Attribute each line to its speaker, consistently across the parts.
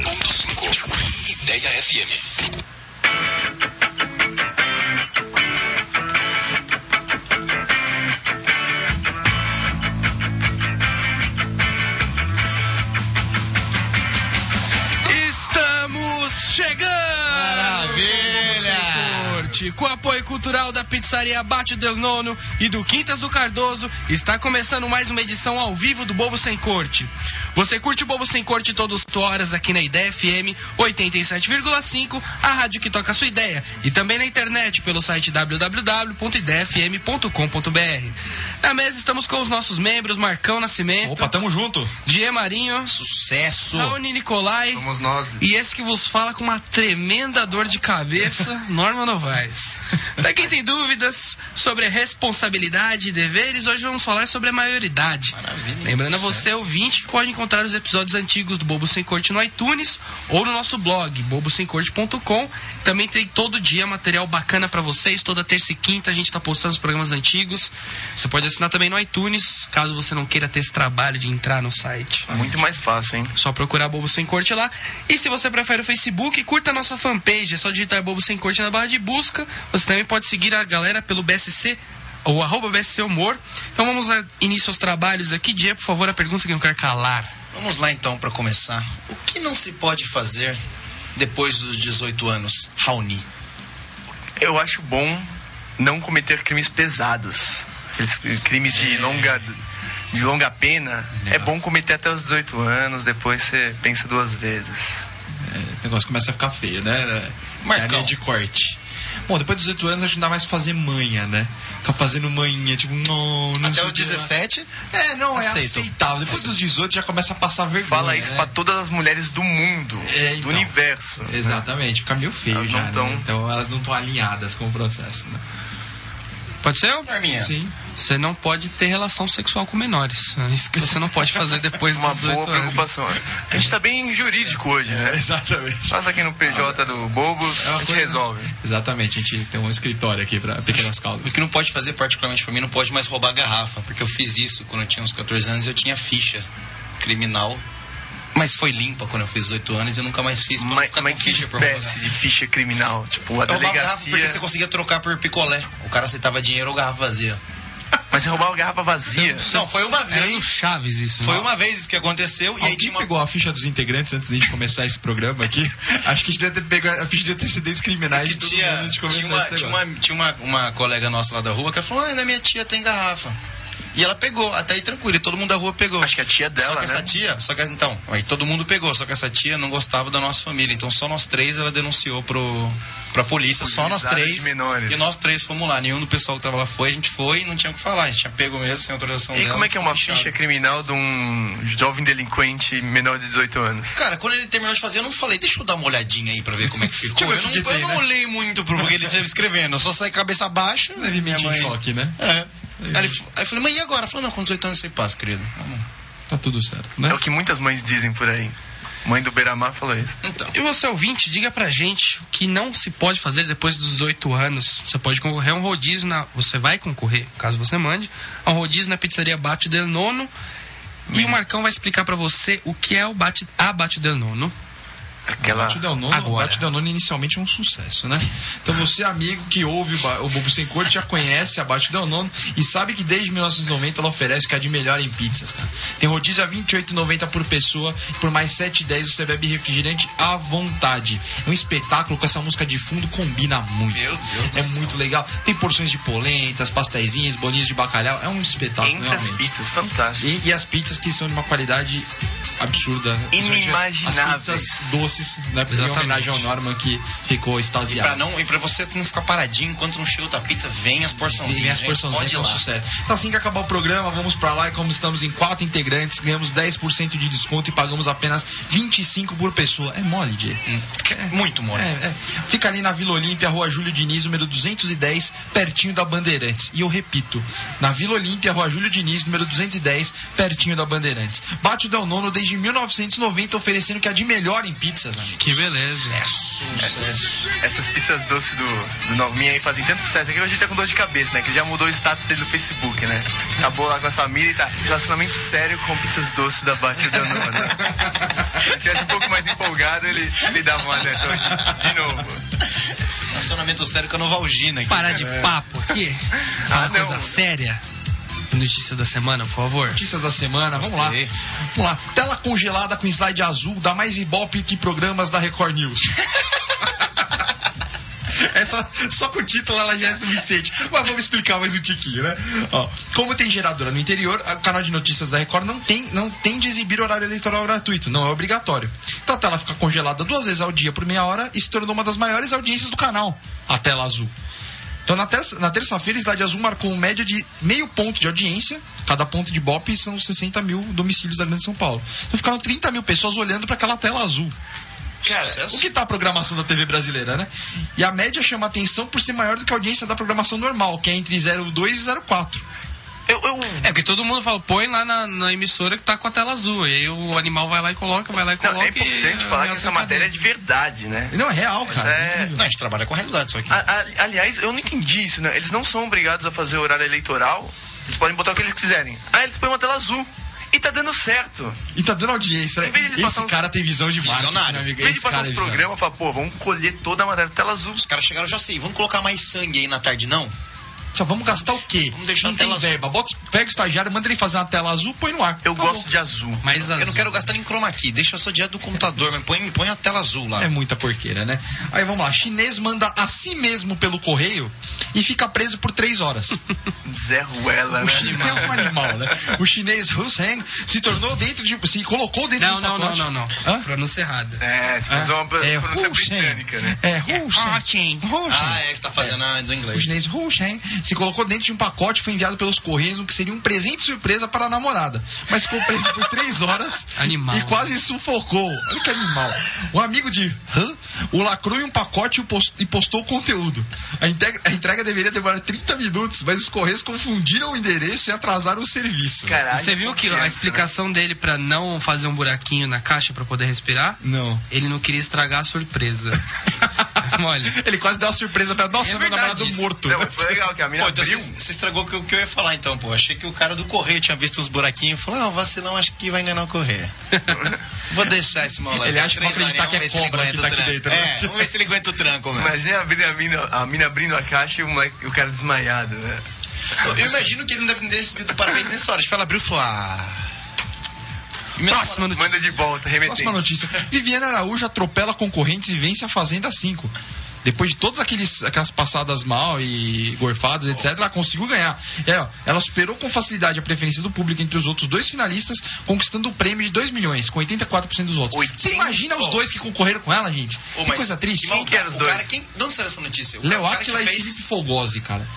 Speaker 1: 87.5. Ideia FM.
Speaker 2: Estamos chegando! Norte, com apoio cultural da pizzaria Bate del Nono e do Quintas do Cardoso, está começando mais uma edição ao vivo do Bobo Sem Corte. Você curte o Bobo Sem Corte todas as horas aqui na Ideia FM 87,5, a rádio que toca a sua ideia, e também na internet pelo site www.idefm.com.br. Na mesa estamos com os nossos membros Marcão Nascimento,
Speaker 3: Opa, tamo junto.
Speaker 2: Die Marinho,
Speaker 3: Sucesso.
Speaker 2: Raoni Nicolai
Speaker 4: Somos
Speaker 5: Uhum.
Speaker 4: nós.
Speaker 2: e esse que vos fala com uma tremenda dor de cabeça, Norma Novaes. Pra quem tem dúvidas sobre responsabilidade e deveres, hoje vamos falar sobre a maioridade. Lembrando a você, ouvinte, que pode encontrar os episódios antigos do Bobo Sem Corte no iTunes ou no nosso blog, bobosemcorte.com. Também tem todo dia material bacana pra vocês. Toda terça e quinta a gente tá postando os programas antigos. Você pode assinar também no iTunes, caso você não queira ter esse trabalho de entrar no site.
Speaker 4: Muito mais fácil, hein?
Speaker 2: Só procurar Bobo Sem Corte lá. E se você prefere o Facebook, curta a nossa fanpage. É só digitar Bobo Sem Corte na barra de busca. Você também pode seguir a galera pelo BSC, ou arroba BSC Humor. Então vamos dar início aos trabalhos aqui. Dia, por favor, a pergunta que não quer calar.
Speaker 3: Vamos lá então para começar. O que não se pode fazer depois dos 18 anos, Raoni?
Speaker 4: Eu acho bom não cometer crimes pesados. Aqueles crimes
Speaker 3: É.
Speaker 4: de longa, de longa pena. É bom cometer até os 18 anos, depois você pensa duas vezes.
Speaker 6: É, O negócio começa a ficar feio, né?
Speaker 3: Marcão.
Speaker 6: É a linha de corte. Bom, depois dos 18 anos acho que não dá mais pra fazer manha, né? Ficar fazendo manhinha, tipo, não, não
Speaker 3: Até
Speaker 6: sei
Speaker 3: os
Speaker 6: o que lá.
Speaker 3: 17?
Speaker 6: É, não, é
Speaker 3: Aceito.
Speaker 6: aceitável. Depois dos 18 já começa a passar vergonha.
Speaker 3: É.
Speaker 4: Fala isso
Speaker 6: né?
Speaker 4: pra todas as mulheres do mundo,
Speaker 6: É,
Speaker 4: do
Speaker 6: então.
Speaker 4: universo.
Speaker 6: Exatamente, fica meio feio
Speaker 4: Elas
Speaker 6: já.
Speaker 4: não
Speaker 6: né?
Speaker 4: tão-
Speaker 6: Então elas não estão alinhadas com o processo, né?
Speaker 2: Pode ser?
Speaker 3: Norminha.
Speaker 6: Sim.
Speaker 2: Você não pode ter relação sexual com menores. É isso que você não pode fazer depois
Speaker 4: Uma
Speaker 2: dos
Speaker 4: boa
Speaker 2: 18 anos.
Speaker 4: preocupação. A gente tá bem
Speaker 3: É.
Speaker 4: jurídico hoje, né?
Speaker 6: Exatamente.
Speaker 4: Passa aqui no PJ do Bobo, a gente
Speaker 6: coisa-
Speaker 4: resolve.
Speaker 6: Exatamente, a gente tem um escritório aqui pra pequenas causas.
Speaker 3: O que não pode fazer, particularmente pra mim, não pode mais roubar garrafa, porque eu fiz isso quando eu tinha uns 14 anos eu tinha ficha criminal. Mas foi limpa quando eu fiz 18 anos e eu nunca mais fiz pra não
Speaker 4: Mas,
Speaker 3: ficar
Speaker 4: mas
Speaker 3: com
Speaker 4: que
Speaker 3: ficha pra roubar garrafa.
Speaker 4: espécie de ficha criminal? Tipo, a
Speaker 3: Eu roubava garrafa
Speaker 4: delegacia.
Speaker 3: porque você conseguia trocar por picolé. O cara aceitava dinheiro ou garrafa vazia.
Speaker 4: Mas roubar uma garrafa vazia.
Speaker 3: Não, foi uma
Speaker 2: Era no
Speaker 3: vez.
Speaker 2: Chaves isso.
Speaker 3: Foi
Speaker 2: né?
Speaker 3: uma vez que aconteceu e aí
Speaker 6: Alguém
Speaker 3: tinha uma
Speaker 6: pegou a ficha dos integrantes antes de a gente começar esse programa aqui? Acho que a gente deve ter pegado a ficha de antecedentes criminais
Speaker 3: É que
Speaker 6: de todo
Speaker 3: tinha,
Speaker 6: mundo antes de começar
Speaker 3: tinha, uma,
Speaker 6: esse
Speaker 3: tinha,
Speaker 6: negócio.
Speaker 3: uma, tinha uma, uma colega nossa lá da rua que ela falou, ah, na minha tia tem garrafa. E ela pegou, até aí tranquilo, e todo mundo da rua pegou.
Speaker 4: Acho que a tia
Speaker 3: só
Speaker 4: dela,
Speaker 3: que
Speaker 4: né?
Speaker 3: essa tia, só que então, aí todo mundo pegou, só que essa tia não gostava da nossa família. Então só nós três ela denunciou pro, pra polícia, só nós
Speaker 4: Polizada
Speaker 3: três.
Speaker 4: de menores.
Speaker 3: E nós três fomos lá. Nenhum do pessoal que tava lá foi, a gente foi e não tinha o que falar. A gente tinha pego mesmo sem autorização
Speaker 4: E
Speaker 3: dela.
Speaker 4: como é que é uma
Speaker 3: fechado.
Speaker 4: ficha criminal de um jovem delinquente menor de 18 anos?
Speaker 3: Cara, quando ele terminou de fazer, eu não falei, deixa eu dar uma olhadinha aí pra ver como é que ficou.
Speaker 6: Deixa eu ver
Speaker 3: eu
Speaker 6: o
Speaker 3: não,
Speaker 6: que que
Speaker 3: eu
Speaker 6: tem,
Speaker 3: não
Speaker 6: né?
Speaker 3: olhei muito pro que ele estava escrevendo, eu só saí cabeça baixa, minha
Speaker 6: Tinha
Speaker 3: mãe.
Speaker 6: choque, né?
Speaker 3: É. Aí, ele f- aí eu falei, mãe, e agora? Ela falou, não, com 18 anos você passa, querido. Vamos.
Speaker 6: Tá tudo certo, né?
Speaker 4: É o que muitas mães dizem por aí. Mãe do Beramar falou isso.
Speaker 3: Então.
Speaker 2: E você ouvinte, diga pra gente o que não se pode fazer depois dos 18 anos. Você pode concorrer a um rodízio na. Você vai concorrer, caso você mande, a um rodízio na pizzaria Bate Del Nono. E o Marcão vai explicar pra você o que é o bate, a Bate Del Nono.
Speaker 4: Aquela.
Speaker 6: Bate Del Nono,
Speaker 2: Agora.
Speaker 6: Bate Del Nono inicialmente é um sucesso, né? Então você, amigo que ouve o Ba- o Bobo Sem Corte, já conhece a Bate Del Nono e sabe que desde 1990 ela oferece o que é de melhor em pizzas, cara. Tem rodízio a R$ 28,90 por pessoa e por mais R$ 7,10 você bebe refrigerante à vontade. É um espetáculo com essa música de fundo, combina muito.
Speaker 3: Meu Deus do
Speaker 6: É
Speaker 3: céu.
Speaker 6: muito legal. Tem porções de polentas, pastéisinhas, bolinhos de bacalhau. É um espetáculo,
Speaker 4: Entre as
Speaker 6: realmente.
Speaker 4: pizzas, fantástico.
Speaker 6: E, e as pizzas que são de uma qualidade absurda. principalmente
Speaker 4: Inimagináveis.
Speaker 6: As pizzas doces, né? Em
Speaker 2: Exatamente.
Speaker 6: homenagem ao Norman que ficou extasiado.
Speaker 3: Pra não, e pra você não ficar paradinho enquanto não chega outra pizza, vem as porçãozinhas.
Speaker 6: Vem as
Speaker 3: gente.
Speaker 6: porçãozinhas
Speaker 3: né? Pode ir
Speaker 6: é um
Speaker 3: lá.
Speaker 6: sucesso. Então, assim que acabar o programa, vamos pra lá e como estamos em quatro integrantes, ganhamos 10% de desconto e pagamos apenas 25 por pessoa. É mole, Diego.
Speaker 3: Hum, é Muito, mole.
Speaker 6: É, é. Fica ali na Vila Olímpia, Rua Júlio Diniz, número 210, pertinho da Bandeirantes. E eu repito, na Vila Olímpia, Rua Júlio Diniz, número 210, pertinho da Bandeirantes. Bate o Del Nono desde 1990, oferecendo o que há de melhor em pizzas, né? amigo.
Speaker 2: Que beleza.
Speaker 4: Essas pizzas doces do, do Novinha aí fazem tanto sucesso. É que hoje ele tá com dor de cabeça, né? Que ele já mudou o status dele no Facebook, né? tá Acabou lá com a família e tá relacionamento sério com pizzas doces da Bate Del Nono. Se ele tivesse um pouco mais empolgado, ele, ele dava uma dessa hoje. De novo.
Speaker 6: É.
Speaker 3: Relacionamento sério com a Novalgina. aqui.
Speaker 2: Parar de papo aqui. Falar
Speaker 4: É. Ah, não.
Speaker 2: coisa séria. Notícia da semana, por favor.
Speaker 6: Notícias da semana, vamos lá.
Speaker 3: Gostei.
Speaker 6: Vamos lá. Tela congelada com slide azul dá mais ibope que programas da Record News. Essa, só com o título ela já é suficiente. Mas vamos explicar mais um tiquinho, né? Ó, como tem geradora no interior, a- o canal de notícias da Record não tem, não tem de exibir horário eleitoral gratuito, não é obrigatório. Então a tela fica congelada duas vezes ao dia por meia hora e se tornou uma das maiores audiências do canal, a tela azul. Então na, terça- na terça-feira, Cidade Azul marcou uma média de meio ponto de audiência. Cada ponto de BOP são 60 mil domicílios da Grande São Paulo. Então ficaram 30 mil pessoas olhando para aquela tela azul.
Speaker 4: Cara,
Speaker 6: O que tá a programação da TV brasileira, né? E a média chama atenção por ser maior do que a audiência da programação normal, que é entre 02 e 04.
Speaker 4: eu, eu,
Speaker 2: É, porque todo mundo fala, põe lá na, na emissora que tá com a tela azul. E aí o animal vai lá e coloca, vai lá e coloca.
Speaker 4: não, é
Speaker 2: e,
Speaker 4: importante
Speaker 2: eh,
Speaker 4: falar que
Speaker 2: ameaça
Speaker 4: essa
Speaker 2: a
Speaker 4: matéria é
Speaker 2: cadeia.
Speaker 4: de verdade, né?
Speaker 6: Não, é real, cara.
Speaker 4: é-
Speaker 6: incrível.
Speaker 3: Não, a gente trabalha com a realidade,
Speaker 6: Ah.
Speaker 3: só que.
Speaker 4: A- a- aliás, eu não entendi isso, né? Eles não são obrigados a fazer horário eleitoral. Eles podem botar o que eles quiserem. Ah, eles põem uma tela azul. E tá dando certo.
Speaker 6: E tá dando audiência, né?
Speaker 4: Em vez de
Speaker 6: Esse
Speaker 4: passar uns-
Speaker 6: cara tem visão de marketing,
Speaker 3: Visionário.
Speaker 6: meu amigo.
Speaker 4: Em vez de
Speaker 6: Esse
Speaker 4: passar
Speaker 6: cara
Speaker 4: uns
Speaker 6: é visionário.
Speaker 4: programas, fala, pô, vamos colher toda a matéria da tela azul.
Speaker 3: Os caras chegaram, já sei, vamos colocar mais sangue aí na tarde, não?
Speaker 6: Só vamos gastar o quê?
Speaker 3: Vamos deixar
Speaker 6: não
Speaker 3: a tela
Speaker 6: tem
Speaker 3: azul.
Speaker 6: verba. Bota, pega o estagiário, manda ele fazer uma tela azul, põe no ar. Tá
Speaker 4: Eu
Speaker 6: Acabou.
Speaker 4: gosto de azul.
Speaker 2: Mas
Speaker 3: Eu não
Speaker 2: azul.
Speaker 3: quero gastar em chroma key, deixa só direto do computador, mas põe, põe a tela azul lá.
Speaker 6: É muita porqueira, né? Aí vamos lá. Chinês manda a si mesmo pelo correio e fica preso por três horas.
Speaker 4: Zé Ruela,
Speaker 6: O
Speaker 4: né?
Speaker 6: chinês é um animal, né? O chinês Hu Zheng se tornou dentro de. se colocou dentro
Speaker 2: Não,
Speaker 6: de um
Speaker 2: não, não,
Speaker 6: pacote.
Speaker 2: não, não.
Speaker 6: Hã?
Speaker 2: Pronúncia errada.
Speaker 4: É, se fazer uma
Speaker 6: É
Speaker 4: pronúncia
Speaker 6: Hu Zheng.
Speaker 4: britânica, né?
Speaker 6: É Hu Zheng.
Speaker 2: Ótimo.
Speaker 6: Hu
Speaker 3: Ah,
Speaker 6: Zheng.
Speaker 3: é, você tá fazendo a do
Speaker 6: O
Speaker 3: inglês.
Speaker 6: chinês Hu Zheng "Hum, se colocou dentro de um pacote e foi enviado pelos Correios, o que seria um presente surpresa para a namorada. Mas ficou preso por três horas
Speaker 2: Animal.
Speaker 6: e quase sufocou. Olha que animal. Um amigo de Hã o lacrou em um pacote e o pos- e postou o conteúdo. A entrega, a entrega deveria demorar 30 minutos, mas os Correios confundiram o endereço e atrasaram o serviço.
Speaker 4: Caralho. é
Speaker 2: Você viu que a
Speaker 4: confiança,
Speaker 2: explicação dele pra não fazer um buraquinho na caixa pra poder respirar?
Speaker 6: Não.
Speaker 2: Ele não queria estragar a surpresa. Olha.
Speaker 6: Ele quase deu uma surpresa pra nossa,
Speaker 2: É
Speaker 6: meu
Speaker 2: verdade
Speaker 6: namorado
Speaker 2: isso.
Speaker 6: morto.
Speaker 4: Né? Não, foi legal que a mina
Speaker 3: Pô, então
Speaker 4: abriu.
Speaker 3: você você estragou o que, o que eu ia falar então, pô. Achei que o cara do correio tinha visto os buraquinhos e falou: ah, o vacilão acho que vai enganar o correio. Vou deixar esse maluco.
Speaker 6: Ele acha que
Speaker 3: Três
Speaker 6: vai acreditar
Speaker 3: horinhas,
Speaker 6: que é
Speaker 3: vamos ver se ele aguenta o tranco. É,
Speaker 6: cobra que tá aqui dentro, né?
Speaker 3: vamos ver se ele aguenta o tranco, mano.
Speaker 4: Imagina abrir a mina, a mina abrindo a caixa e o moleque- o cara desmaiado, né?
Speaker 3: Eu, eu imagino que ele não deve ter recebido parabéns nessa hora. Tipo, ela abriu e falou: ah. E minha
Speaker 2: Próxima notícia.
Speaker 4: Manda de volta, remetente.
Speaker 6: Próxima notícia. Viviana Araújo atropela concorrentes e vence a Fazenda 5. Depois de todas aqueles, aquelas passadas mal e gorfadas, etc., ela conseguiu ganhar. É, ó, ela superou com facilidade a preferência do público entre os outros dois finalistas, conquistando o prêmio de 2 milhões, com 84% dos votos.
Speaker 4: 80?
Speaker 6: Você imagina os dois que concorreram com ela, gente?
Speaker 3: Pô,
Speaker 6: que
Speaker 3: mas
Speaker 6: coisa triste.
Speaker 3: Que maldade.
Speaker 4: que eram os
Speaker 3: o
Speaker 4: dois?
Speaker 3: cara, quem, de onde saiu essa notícia? O
Speaker 6: Léo
Speaker 3: cara que
Speaker 6: Aquila e
Speaker 3: fez.
Speaker 6: Felipe Folgose, cara.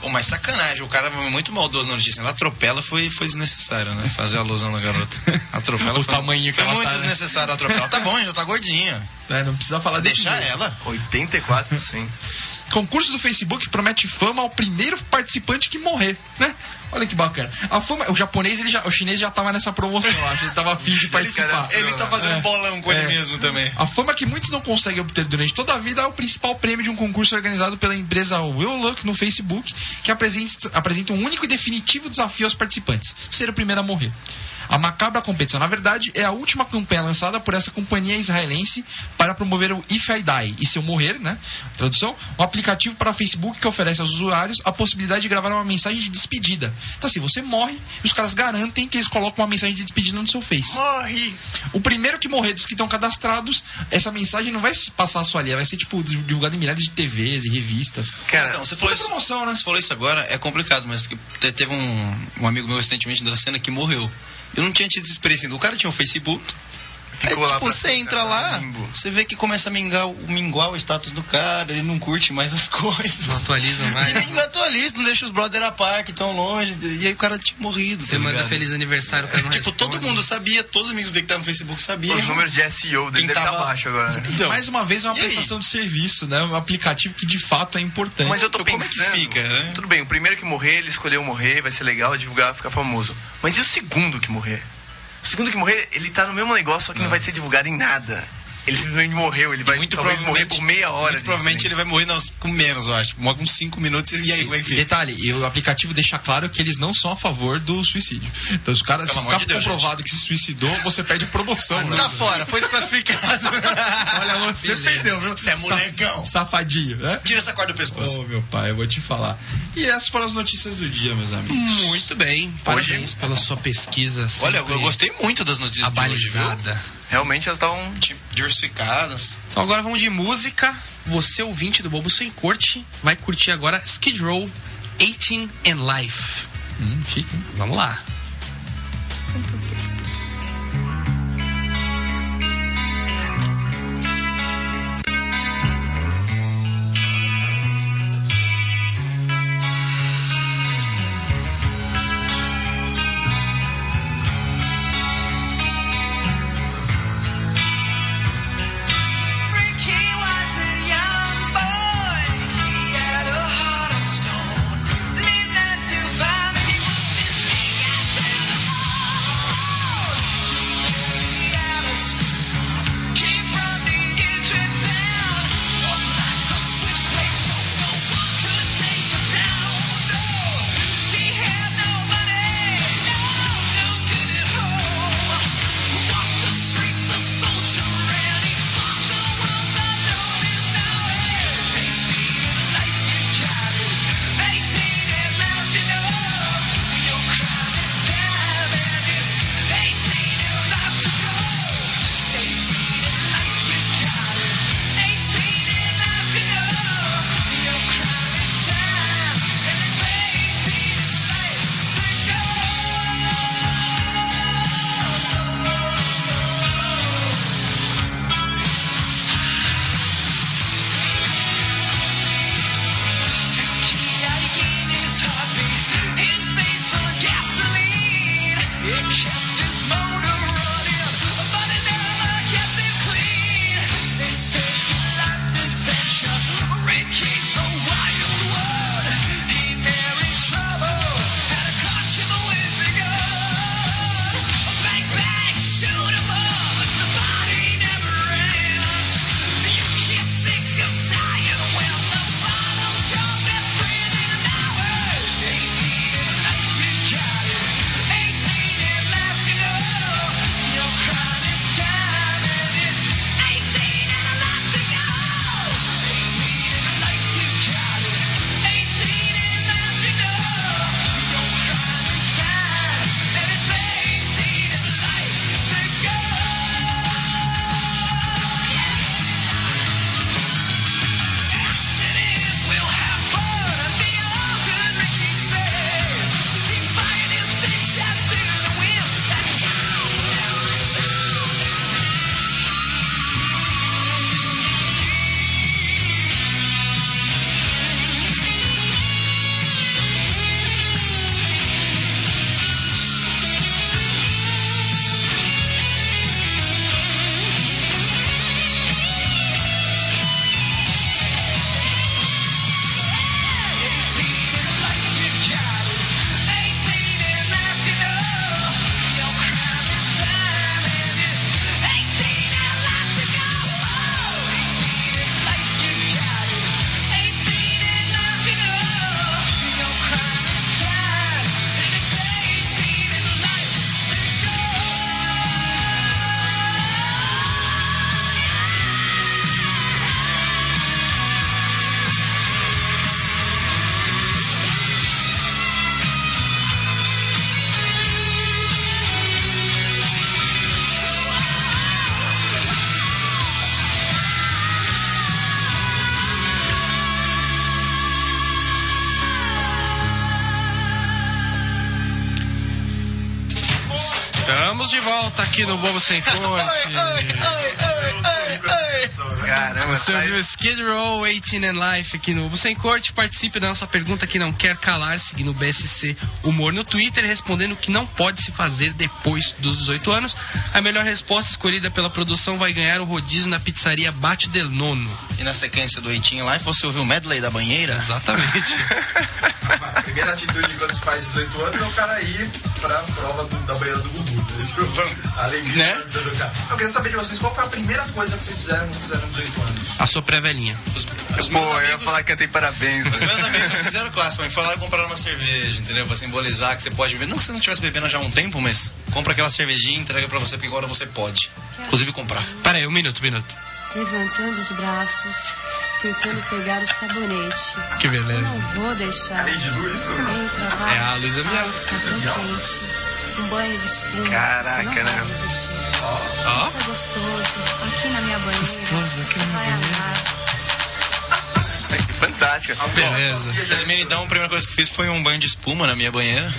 Speaker 3: Pô, mas sacanagem, o cara é muito maldoso na notícia. Ela atropela foi, foi desnecessário, né? Fazer a alusão na garota. Atropela
Speaker 6: O
Speaker 3: foi,
Speaker 6: tamanho que
Speaker 3: foi
Speaker 6: ela
Speaker 3: muito
Speaker 6: tá, né?
Speaker 3: desnecessário atropelar. Tá bom, já tá gordinha.
Speaker 6: É, não precisa falar desse
Speaker 3: Deixa
Speaker 6: jeito.
Speaker 3: ela.
Speaker 4: 84%.
Speaker 6: Concurso do Facebook promete fama ao primeiro participante que morrer, né? Olha que bacana. A fama, o japonês, ele já, o chinês já tava nessa promoção, eu acho. Ele tava afim de participar.
Speaker 4: cara,
Speaker 3: Ele tá fazendo
Speaker 6: É.
Speaker 3: bolão com
Speaker 6: É.
Speaker 3: ele mesmo também.
Speaker 6: A fama que muitos não conseguem obter durante toda a vida é o principal prêmio de um concurso organizado pela empresa Will Luck no Facebook, que apresenta, apresenta um único e definitivo desafio aos participantes: ser o primeiro a morrer. A macabra competição, na verdade, é a última campanha lançada por essa companhia israelense para promover o If I Die, e se eu morrer, né? Tradução, um aplicativo para Facebook que oferece aos usuários a possibilidade de gravar uma mensagem de despedida. Então, assim, você morre e os caras garantem que eles colocam uma mensagem de despedida no seu Face.
Speaker 4: Morre!
Speaker 6: O primeiro que morrer dos que estão cadastrados, essa mensagem não vai passar só ali, ela vai ser tipo divulgada em milhares de TVs e revistas.
Speaker 4: Cara,
Speaker 3: Então, você falou
Speaker 6: Foi
Speaker 3: isso.
Speaker 6: promoção, né?
Speaker 3: Você falou isso agora, é complicado, mas que te- teve um, um amigo meu recentemente da cena que morreu. Eu não tinha tido essa experiência ainda. O cara tinha um Facebook. Aí,
Speaker 4: Ficou lá
Speaker 3: tipo,
Speaker 4: pra
Speaker 3: você
Speaker 4: sempre,
Speaker 3: entra
Speaker 4: cara,
Speaker 3: lá,
Speaker 4: limbo.
Speaker 3: você vê que começa a mingar, o minguar o status do cara, ele não curte mais as coisas.
Speaker 2: Não atualiza
Speaker 3: E nem
Speaker 2: mais.
Speaker 3: não atualiza, não deixa os brother a par que estão longe. E aí o cara tinha morrido.
Speaker 2: Você
Speaker 3: tá
Speaker 2: manda
Speaker 3: ligado?
Speaker 2: feliz aniversário, o cara não
Speaker 3: Tipo, todo
Speaker 2: responde.
Speaker 3: mundo sabia, todos os amigos dele que estavam no Facebook sabiam.
Speaker 4: Os números de SEO dele
Speaker 3: Quem
Speaker 4: devem tá
Speaker 3: tava-
Speaker 4: baixo agora. né?
Speaker 3: Então,
Speaker 6: Mais uma vez é uma
Speaker 3: E aí?
Speaker 6: prestação de serviço, né? Um aplicativo que de fato é importante.
Speaker 4: Mas eu tô
Speaker 3: Como é que
Speaker 4: pensando.
Speaker 3: fica, né?
Speaker 4: Tudo bem, o primeiro que morrer, ele escolheu morrer, vai ser legal, divulgar, ficar famoso. Mas e o segundo que morrer? O segundo que morrer, ele tá no mesmo negócio, só que não vai ser divulgado em nada. Ele simplesmente morreu, ele vai
Speaker 3: muito
Speaker 4: talvez morrer
Speaker 3: provavelmente,
Speaker 4: por meia hora.
Speaker 3: muito
Speaker 4: de
Speaker 3: provavelmente ele vai morrer não, com menos, eu acho. Morre com 5 minutos e aí como é que fica?
Speaker 6: Detalhe, e o aplicativo deixa claro que eles não são a favor do suicídio. Então, os caras, se
Speaker 3: Pelo amor
Speaker 6: ficar
Speaker 3: de Deus,
Speaker 6: comprovado que se suicidou, você perde promoção. né?
Speaker 3: Tá fora, foi desclassificado.
Speaker 6: Olha, você perdeu, viu?
Speaker 3: Você é molecão.
Speaker 6: Safadinho, né?
Speaker 3: Tira essa corda do pescoço.
Speaker 6: Ô, meu pai, eu vou te falar. E essas foram as notícias do dia, meus amigos.
Speaker 2: Muito bem. Parabéns pela sua pesquisa.
Speaker 3: Olha,
Speaker 2: sempre
Speaker 3: eu gostei muito das notícias de hoje,
Speaker 2: Abalizada.
Speaker 4: tempo. Realmente é- elas estavam.
Speaker 3: viu? Tipo, Diversificadas.
Speaker 2: Então agora vamos de música. Você, ouvinte do Bobo Sem Corte, vai curtir agora Skid Row 18 and Life.
Speaker 6: Hum, chique. hein?
Speaker 2: Vamos lá.
Speaker 1: Ricky was a young boy. He had a heart of stone. Lived not too far, and he moved his feet after the wall. Straight out of school, came from the country town. Looked like a switchblade, so no one could take him down. No, he had no money, no, no good at home. Walked the streets a soldier, and he walked the world unknown. And now he's 18 and life you got it, 18 and life you know. No crime is time, and it's 18 and life to go. 18 and life you got it, 18 and life you know. No crime is time, and it's 18 and life to go. Shoot him up, but the body never ends. You can't think of dying when the bottle's your best friend in hours. 18 and life you got it. 18 and life you know. No crime is time, and it's 18 and a lot to go. 18 and life you got it. 18 and life you know. No crime is time, and it's 18 and life to go.
Speaker 2: Estamos de volta aqui no Bobo Sem Corte.
Speaker 4: Caramba,
Speaker 2: Você
Speaker 4: sai-
Speaker 2: ouviu Skid Row 18 and Life aqui no Bobo Sem Corte. Participe da nossa pergunta que não quer calar, seguindo o BSC Humor no Twitter, respondendo o que não pode se fazer depois dos 18 anos. A melhor resposta escolhida pela produção vai ganhar o rodízio na pizzaria Bate del Nono.
Speaker 3: E na sequência do Eitinho Live, você ouviu o medley da banheira?
Speaker 2: Exatamente.
Speaker 7: A primeira atitude quando se faz 18 anos é o cara ir pra prova do- da banheira do Gugu. né?
Speaker 3: né?
Speaker 6: Eu queria saber de vocês qual foi a primeira coisa que vocês fizeram quando vocês eram 18 anos.
Speaker 2: A sua pré-velhinha.
Speaker 3: Os, os
Speaker 4: Pô,
Speaker 3: meus
Speaker 4: eu ia
Speaker 3: amigos,
Speaker 4: falar que eu tenho parabéns, é
Speaker 3: os
Speaker 4: mano.
Speaker 3: meus amigos fizeram classe pra mim, falaram que compraram uma cerveja, entendeu? Pra simbolizar que você pode beber. Não que você não estivesse bebendo já há um tempo, mas compra aquela cervejinha e entrega pra você, porque agora você pode. Inclusive comprar.
Speaker 2: Pera aí, um minuto, um minuto.
Speaker 8: levantando os braços, tentando pegar o sabonete.
Speaker 2: Que beleza.
Speaker 8: Não vou deixar. Além de luz,
Speaker 2: É a Luísa Biel.
Speaker 8: está tão quente. Um banho de espuma.
Speaker 4: Caraca,
Speaker 8: você não
Speaker 4: né?
Speaker 8: vai resistir.
Speaker 2: Ó.
Speaker 8: Isso é gostoso. Aqui na minha banheira.
Speaker 2: Gostoso aqui
Speaker 8: você
Speaker 2: na minha
Speaker 8: vai
Speaker 2: banheira.
Speaker 8: amar.
Speaker 4: Fantástica.
Speaker 2: Beleza.
Speaker 3: Resumindo, então, a primeira coisa que eu fiz foi um banho de espuma na minha banheira.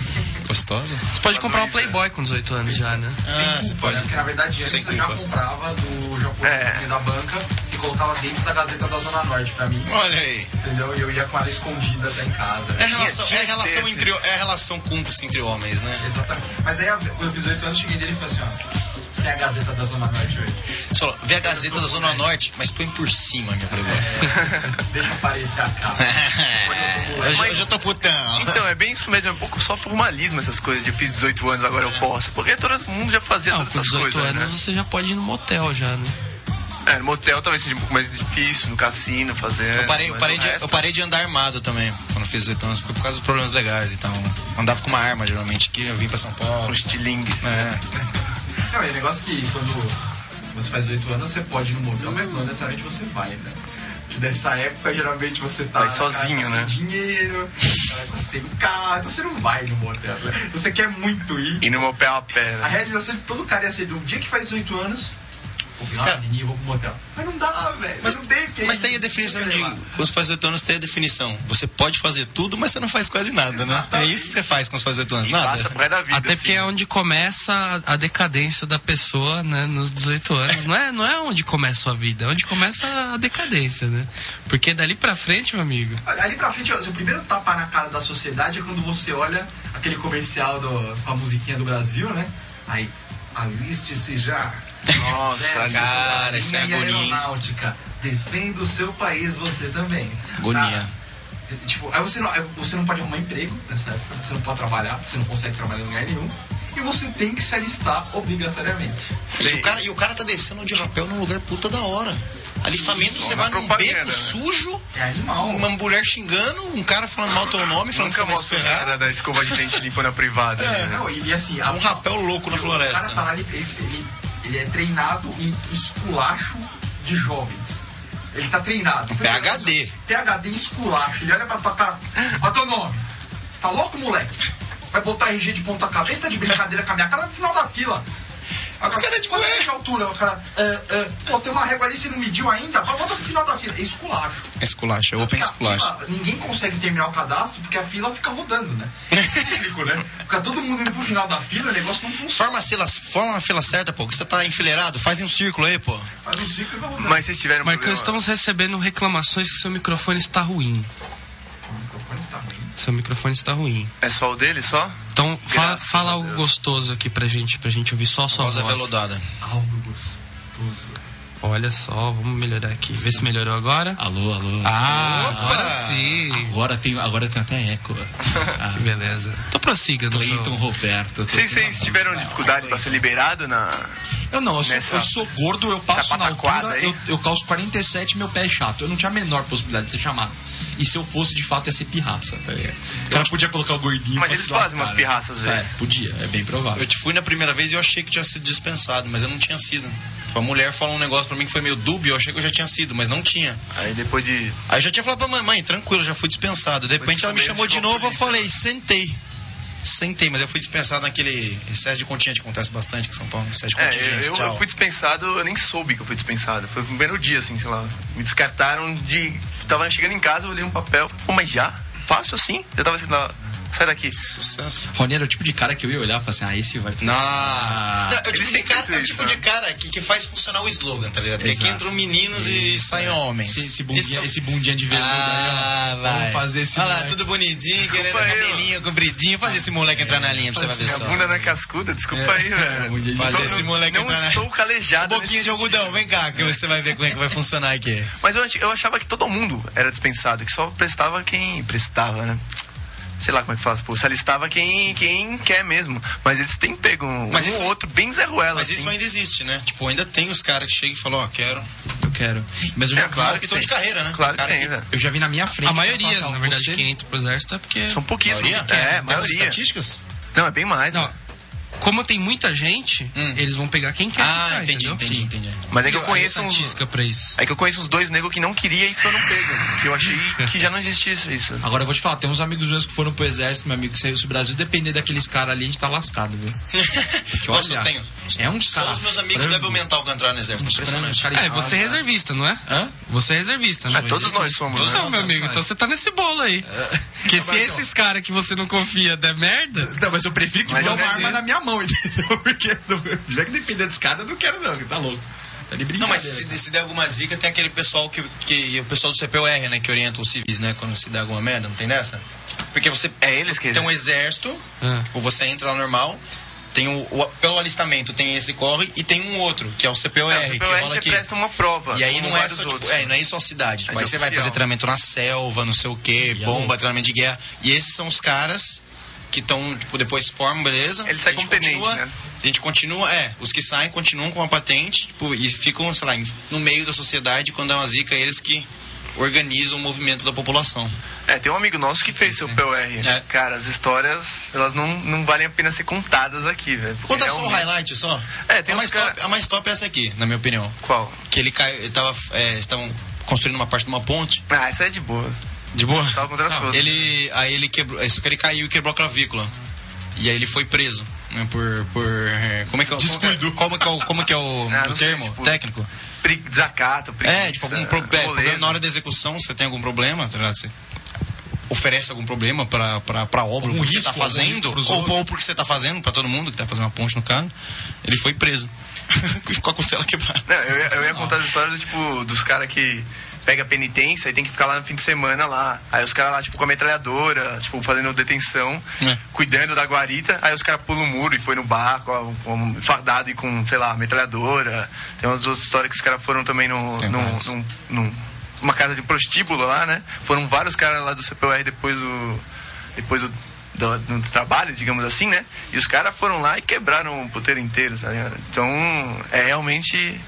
Speaker 3: Gostosa.
Speaker 2: Você pode comprar
Speaker 4: é.
Speaker 2: um Playboy com 18 anos já, né?
Speaker 3: Ah, você pode.
Speaker 6: Porque É, na verdade antes
Speaker 3: Sem
Speaker 6: eu já
Speaker 3: culpa.
Speaker 6: comprava do japonês
Speaker 4: É.
Speaker 6: da banca e colocava dentro da Gazeta da Zona Norte pra mim,
Speaker 3: Olha aí.
Speaker 6: entendeu? E eu ia com ela escondida até em casa.
Speaker 3: É a relação, é a relação,
Speaker 4: esses.
Speaker 3: entre, é a relação cúmplice entre homens, né?
Speaker 6: Exatamente. Mas aí quando eu fiz 8 anos, cheguei dele e falei assim, ó, você é a Gazeta da Zona Norte hoje.
Speaker 3: Você fala, vê a Gazeta da Zona Norte, mas põe por cima, meu Playboy.
Speaker 6: É, Deixa aparecer a capa.
Speaker 3: É, Eu já- eu já tô putão.
Speaker 4: Então, é bem isso mesmo, é um pouco só formalismo essas coisas de eu fiz 18 anos, agora eu posso. Porque todo mundo já fazia
Speaker 2: Não,
Speaker 4: todas
Speaker 2: com
Speaker 4: essas
Speaker 2: 18
Speaker 4: coisas,
Speaker 2: anos você já pode ir no motel já, né?
Speaker 4: né? É, no motel talvez seja um pouco mais difícil, no cassino, fazer.
Speaker 3: Eu parei, eu,
Speaker 4: mas
Speaker 3: parei
Speaker 4: o
Speaker 3: de,
Speaker 4: resto-
Speaker 3: eu parei de andar armado também, quando eu fiz 18 anos, por causa dos problemas legais. Então, andava com uma arma, geralmente, que eu vim pra São
Speaker 4: Um
Speaker 3: Paulo.
Speaker 4: estilingue.
Speaker 3: É,
Speaker 6: Não, e o negócio é que quando você faz 8 anos, você pode ir no motel, mas não necessariamente você vai, né? Porque Nessa época, geralmente você tá
Speaker 4: Vai sozinho,
Speaker 6: cara,
Speaker 4: né?
Speaker 6: sem dinheiro, cara, sem carro, então você não vai no motel. Né? Você quer muito ir,
Speaker 4: E no meu pé a pé,
Speaker 6: A
Speaker 4: né?
Speaker 6: realização de todo cara ia ser do dia que faz 18 anos. Vou pegar
Speaker 3: Cara,
Speaker 6: uma menininha e vou pro motel. Mas não dá, velho. Mas não tem quem.
Speaker 3: mas tem a definição de. Quando você faz 18 anos, tem a definição. Você pode fazer tudo, mas você não faz quase nada, né? É isso que você faz quando você faz 18 anos,
Speaker 4: Passa
Speaker 3: nada.
Speaker 4: pro resto da vida.
Speaker 2: Até porque
Speaker 4: assim.
Speaker 2: é onde começa a a decadência da pessoa, né? Nos 18 anos. Não é, não é onde começa a sua vida, é onde começa a decadência, né? Porque dali pra frente, meu amigo.
Speaker 6: Ali pra frente, ó, o primeiro tapa na cara da sociedade é quando você olha aquele comercial do, com a musiquinha do Brasil, né? Aí, aliste-se já.
Speaker 4: Nossa,
Speaker 6: Exército,
Speaker 3: cara, isso é
Speaker 6: Marinha e
Speaker 3: agonia, hein?
Speaker 6: Aeronáutica. Defenda o seu país, você também.
Speaker 3: Agonia.
Speaker 6: Tá? Tipo, aí você não, aí você não pode arrumar emprego nessa época, você não pode trabalhar, você não consegue trabalhar em lugar nenhum. E você tem que se alistar obrigatoriamente.
Speaker 3: E o, cara, e o cara tá descendo de rapel num lugar puta da hora. Alistamento, você
Speaker 4: uma
Speaker 3: vai num
Speaker 4: propaganda,
Speaker 3: beco
Speaker 4: né?
Speaker 3: sujo,
Speaker 6: É animal.
Speaker 3: uma mulher xingando, um cara falando mal teu nome, tá falando que você
Speaker 4: Nunca
Speaker 3: vai se
Speaker 4: mostra o
Speaker 3: ferrar.
Speaker 4: cara da escova de dente limpa na privada. né?
Speaker 6: Não, e assim,
Speaker 3: Um rapel louco na
Speaker 6: O cara
Speaker 3: floresta. né?
Speaker 6: tá lá, ele, ele- ele- ele é treinado em esculacho de jovens. Ele tá
Speaker 3: É
Speaker 6: treinado.
Speaker 3: PhD.
Speaker 6: PHD em esculacho. Ele olha pra tua cara. Olha teu nome. Tá louco, moleque? Vai botar RG de ponta cabeça, tá de brincadeira com a minha cara no final da fila. Agora,
Speaker 3: Os cara é de
Speaker 6: quanto
Speaker 3: bué.
Speaker 6: é de altura? O cara, é, é, pô, tem uma régua ali, você não mediu ainda? Vai botar no final da fila. É esculacho.
Speaker 3: Esculacho, é open
Speaker 6: Porque a fila, Ninguém consegue terminar o cadastro porque a fila fica rodando, né? Cíclico, né? Fica todo mundo indo pro final da fila, o negócio não funciona.
Speaker 3: Forma a, fila, forma a fila certa, pô, que você tá enfileirado, faz um círculo aí, pô.
Speaker 6: Faz um ciclo e vai rodando.
Speaker 4: Mas vocês tiveram
Speaker 2: Marcão,
Speaker 4: problema-
Speaker 2: estamos recebendo reclamações que seu microfone está ruim.
Speaker 6: O microfone está ruim.
Speaker 2: Seu microfone está ruim.
Speaker 4: É só o dele, só?
Speaker 2: Então, fala,
Speaker 4: Graças
Speaker 2: fala
Speaker 4: a
Speaker 2: algo
Speaker 4: Deus.
Speaker 2: gostoso aqui pra gente, pra gente ouvir só a sua
Speaker 3: Voz é
Speaker 2: voz.
Speaker 3: aveludada.
Speaker 6: Algo gostoso.
Speaker 2: Olha só, vamos melhorar aqui. Vê se melhorou agora.
Speaker 9: Alô, alô.
Speaker 2: Ah, agora sim.
Speaker 9: Agora tem, agora tem até eco.
Speaker 2: Que beleza. Então prossiga no seu...
Speaker 9: Cleiton Roberto.
Speaker 4: Vocês, vocês tiveram dificuldade pra ser liberado na.
Speaker 10: Eu não, eu sou,
Speaker 4: Nessa-
Speaker 10: eu sou gordo, eu passo
Speaker 4: essa
Speaker 10: na
Speaker 4: pataquada
Speaker 10: altura,
Speaker 4: aí.
Speaker 10: eu, eu calço 47 meu pé é chato. Eu não tinha a menor possibilidade de ser chamado. E se eu fosse, de fato, ia ser pirraça, tá ligado? O cara podia colocar o gordinho
Speaker 4: Mas
Speaker 10: pra
Speaker 4: eles
Speaker 10: se
Speaker 4: fazem
Speaker 10: lascar,
Speaker 4: umas
Speaker 10: né?
Speaker 4: pirraças, às
Speaker 10: É,
Speaker 4: vezes.
Speaker 10: podia, é bem provável.
Speaker 3: Eu te fui na primeira vez e eu achei que tinha sido dispensado, mas eu não tinha sido. Tipo, A mulher falou um negócio pra mim que foi meio dúbio, eu achei que eu já tinha sido, mas não tinha.
Speaker 4: Aí depois de.
Speaker 3: Aí eu já tinha falado pra mãe, mãe, tranquilo, já fui dispensado. De repente ela me chamou de novo, eu falei, sentei. Sentei, mas eu fui dispensado naquele excesso de contingente, que acontece bastante aqui em São Paulo, excesso de
Speaker 4: É,
Speaker 3: contingente,
Speaker 4: eu, eu
Speaker 3: tchau.
Speaker 4: fui dispensado, eu nem soube que eu fui dispensado. Foi o primeiro dia, assim, sei lá. Me descartaram de. Tava chegando em casa, eu olhei um papel. Pô, mas já? Fácil assim? Eu tava assim, lá, sai daqui.
Speaker 3: Sucesso.
Speaker 9: Rony era o tipo de cara que eu ia olhar e falar assim, ah, esse vai...
Speaker 3: Nossa. Não, é o tipo,
Speaker 4: eles
Speaker 3: de
Speaker 4: têm
Speaker 3: cara,
Speaker 4: feito
Speaker 3: é o
Speaker 4: isso,
Speaker 3: tipo
Speaker 4: né?
Speaker 3: de cara que, que faz funcionar o slogan, tá ligado? Porque aqui
Speaker 9: Exato.
Speaker 3: entram meninos e saem homens.
Speaker 10: Esse, esse bundinha,
Speaker 3: é o-
Speaker 10: esse bundinha de veludo
Speaker 3: Ah,
Speaker 10: aí, ó.
Speaker 3: vai.
Speaker 10: Vamos fazer esse
Speaker 3: Olha lá,
Speaker 10: moleque.
Speaker 3: tudo bonitinho, querendo
Speaker 4: aí, ó.
Speaker 3: cabelinho, compridinho. Fazer esse moleque entrar na linha pra você vai ver
Speaker 4: Minha
Speaker 3: só.
Speaker 4: Assim,
Speaker 3: É, um
Speaker 4: bunda na cascuda, desculpa aí, velho.
Speaker 3: Fazer
Speaker 4: Não-
Speaker 3: esse moleque
Speaker 4: Não
Speaker 3: entrar na-
Speaker 4: estou calejado.
Speaker 3: Boquinha
Speaker 4: nesse
Speaker 3: de algodão, vem cá, que você vai ver como é que vai funcionar aqui.
Speaker 4: Mas eu, ach- eu achava que todo mundo era dispensado, que só prestava quem prestava, né? sei lá como é que fala, pô, se alistava quem, quem quer mesmo. Mas eles têm pego um,
Speaker 3: Mas
Speaker 4: um
Speaker 3: isso-
Speaker 4: ou outro bem Zé Ruela,
Speaker 3: Mas isso
Speaker 4: assim.
Speaker 3: ainda existe, né? Tipo, ainda tem os caras que chegam e falam, ó, quero.
Speaker 6: Eu quero. Mas eu já,
Speaker 4: É, claro
Speaker 3: que são de carreira, né?
Speaker 4: Claro que
Speaker 3: Cara
Speaker 4: tem,
Speaker 3: que-
Speaker 4: velho.
Speaker 6: eu já vi na minha frente.
Speaker 2: A
Speaker 6: o cara
Speaker 2: maioria,
Speaker 3: um
Speaker 6: falar assim, ó,
Speaker 2: na verdade,
Speaker 6: você-
Speaker 2: quem entra pro exército é porque.
Speaker 4: São pouquíssimos.
Speaker 3: Maioria?
Speaker 4: É,
Speaker 3: Tem as
Speaker 4: maioria.
Speaker 3: estatísticas?
Speaker 4: Não, é bem mais.
Speaker 2: Não,
Speaker 4: mano.
Speaker 2: como tem muita gente,
Speaker 3: Hum.
Speaker 2: eles vão pegar quem quer.
Speaker 3: Ah,
Speaker 2: ficar,
Speaker 3: entendi,
Speaker 2: entendeu?
Speaker 3: entendi, entendi.
Speaker 4: Mas é que eu
Speaker 2: Tem
Speaker 4: conheço uns.
Speaker 2: estatística pra isso.
Speaker 4: É que eu conheço uns dois negros que não queria e foram pegos. Que eu achei que já não existia isso. isso.
Speaker 6: Agora eu vou te falar, tem uns amigos meus que foram pro exército, meu amigo que saiu do Brasil, depender daqueles caras ali, a gente tá lascado, viu? Porque,
Speaker 3: Nossa,
Speaker 6: olha,
Speaker 3: eu tenho.
Speaker 6: É um
Speaker 3: Só
Speaker 6: cara
Speaker 3: os meus amigos
Speaker 6: frango,
Speaker 3: devem aumentar o que entrar no exército. Impressionante.
Speaker 6: frango,
Speaker 2: É, você é
Speaker 6: cara.
Speaker 2: reservista, não é?
Speaker 6: Hã?
Speaker 2: Você é reservista, né?
Speaker 4: É, todos nós somos,
Speaker 2: Todos
Speaker 4: né? É.
Speaker 2: são, meu amigo. Então você tá nesse bolo aí. Porque se esses caras que você não confia der merda,
Speaker 6: Não, mas eu prefiro que me
Speaker 4: Mas
Speaker 6: dê
Speaker 4: eu
Speaker 6: uma
Speaker 4: preciso.
Speaker 6: arma na minha mão, entendeu? Porque não- se tiver que depender desse cara, eu não quero não, tá louco. Tá de
Speaker 3: Não,
Speaker 6: brincadeira.
Speaker 3: mas se, se der alguma zica, tem aquele pessoal que, que. O pessoal do CPUR, né? Que orienta os civis, né? Quando se dá alguma merda, não tem dessa? Porque você
Speaker 4: É eles que. É.
Speaker 3: tem um exército,
Speaker 2: Ah.
Speaker 3: ou você entra lá normal, tem o, o- Pelo alistamento tem esse corre e tem um outro, que é o CPUR,
Speaker 4: É, o
Speaker 3: que
Speaker 4: CPUR
Speaker 3: rola
Speaker 4: você
Speaker 3: aqui.
Speaker 4: presta uma prova.
Speaker 3: E aí
Speaker 4: como
Speaker 3: não é,
Speaker 4: vários
Speaker 3: só, tipo,
Speaker 4: outros.
Speaker 3: é, não é só cidade. Tipo,
Speaker 4: É
Speaker 3: aí você vai
Speaker 4: oficial.
Speaker 3: fazer treinamento na selva, não sei o quê, bomba, treinamento de guerra. E esses são os caras que estão, tipo, depois formam, beleza?
Speaker 4: Ele sai
Speaker 3: A gente
Speaker 4: como tenente,
Speaker 3: continua-
Speaker 4: né?
Speaker 3: A gente continua, é. Os que saem continuam com a patente tipo, e ficam, sei lá, em- no meio da sociedade, quando é uma zica, eles que organizam o movimento da população.
Speaker 4: É, tem um amigo nosso que fez seu POR.
Speaker 3: É.
Speaker 4: Cara, as histórias, elas não, não valem a pena ser contadas aqui, velho. porque um
Speaker 3: Conta só o
Speaker 4: realmente-
Speaker 3: highlight, só.
Speaker 4: É, tem
Speaker 3: a
Speaker 4: uns
Speaker 3: mais,
Speaker 4: cara-
Speaker 3: top, a mais top é essa aqui, na minha opinião.
Speaker 4: Qual?
Speaker 3: Que ele caiu, ele tava, é, estavam construindo uma parte de uma ponte.
Speaker 4: Ah, essa é de boa.
Speaker 3: De boa?
Speaker 4: Tava contando as coisas.
Speaker 3: Ele, aí ele quebrou, só que ele caiu e quebrou a clavícula. E aí ele foi preso, né, por, por eh, como é que é, o- Como que é o, como que é o,
Speaker 4: Ah,
Speaker 3: o
Speaker 4: não sei,
Speaker 3: termo
Speaker 4: tipo,
Speaker 3: técnico?
Speaker 4: Pre- Desacato, preguiça, né?
Speaker 3: É, tipo algum pro- é, problema
Speaker 4: moleza.
Speaker 3: na hora da execução, você tem algum problema, tá ligado? Você oferece algum problema pra, pra, pra obra,
Speaker 6: Algum
Speaker 3: porque você tá
Speaker 6: risco, algum
Speaker 3: fazendo,
Speaker 6: risco pros
Speaker 3: ou,
Speaker 6: outros.
Speaker 3: ou porque você tá fazendo, pra todo mundo que tá fazendo uma ponte no caso, ele foi preso. Com a costela quebrada.
Speaker 4: Não, eu, ia- eu ia contar as histórias do, tipo, dos caras que pega penitência e tem que ficar lá no fim de semana lá. Aí os caras lá, tipo, com a metralhadora, tipo, fazendo detenção,
Speaker 3: É.
Speaker 4: cuidando da guarita. Aí os caras pulam o muro e foi no bar, com, com- um fardado e com, sei lá, metralhadora. Tem umas outras histórias que os caras foram também num,
Speaker 3: Tem
Speaker 4: num,
Speaker 3: várias.
Speaker 4: num- num- numa casa de prostíbulo lá, né? Foram vários caras lá do CPUR depois do. Depois do. do- do trabalho, digamos assim, né? E os caras foram lá e quebraram o puteiro inteiro, tá ligado? Então, é realmente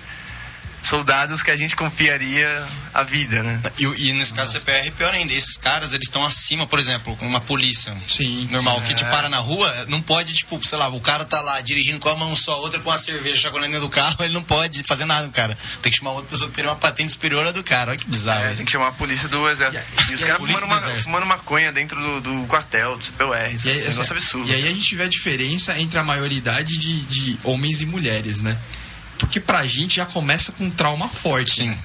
Speaker 4: soldados que a gente confiaria a vida, né?
Speaker 3: E, e nesse caso CPR é pior ainda. Esses caras, eles estão acima, por exemplo, com uma polícia
Speaker 6: Sim,
Speaker 3: normal que te para na rua, não pode, tipo, sei lá, o cara tá lá dirigindo com a mão só, outra com a cerveja chacoalhando dentro do carro, ele não pode fazer nada, cara. Tem que chamar outra pessoa que teria uma patente superior à do cara. Olha que bizarro
Speaker 4: É,
Speaker 3: isso.
Speaker 4: tem que chamar a polícia do exército. E, os
Speaker 6: e a
Speaker 4: caras
Speaker 6: polícia
Speaker 4: fumando, uma,
Speaker 6: do exército.
Speaker 4: fumando maconha dentro do, do quartel, do CPUR,
Speaker 6: E
Speaker 4: sabe?
Speaker 6: aí,
Speaker 4: Esse
Speaker 6: assim,
Speaker 4: negócio é absurdo.
Speaker 6: e aí a gente vê a diferença entre a maioridade de, de homens e mulheres, né? Porque pra gente já começa com um trauma forte.
Speaker 3: Sim.
Speaker 6: né?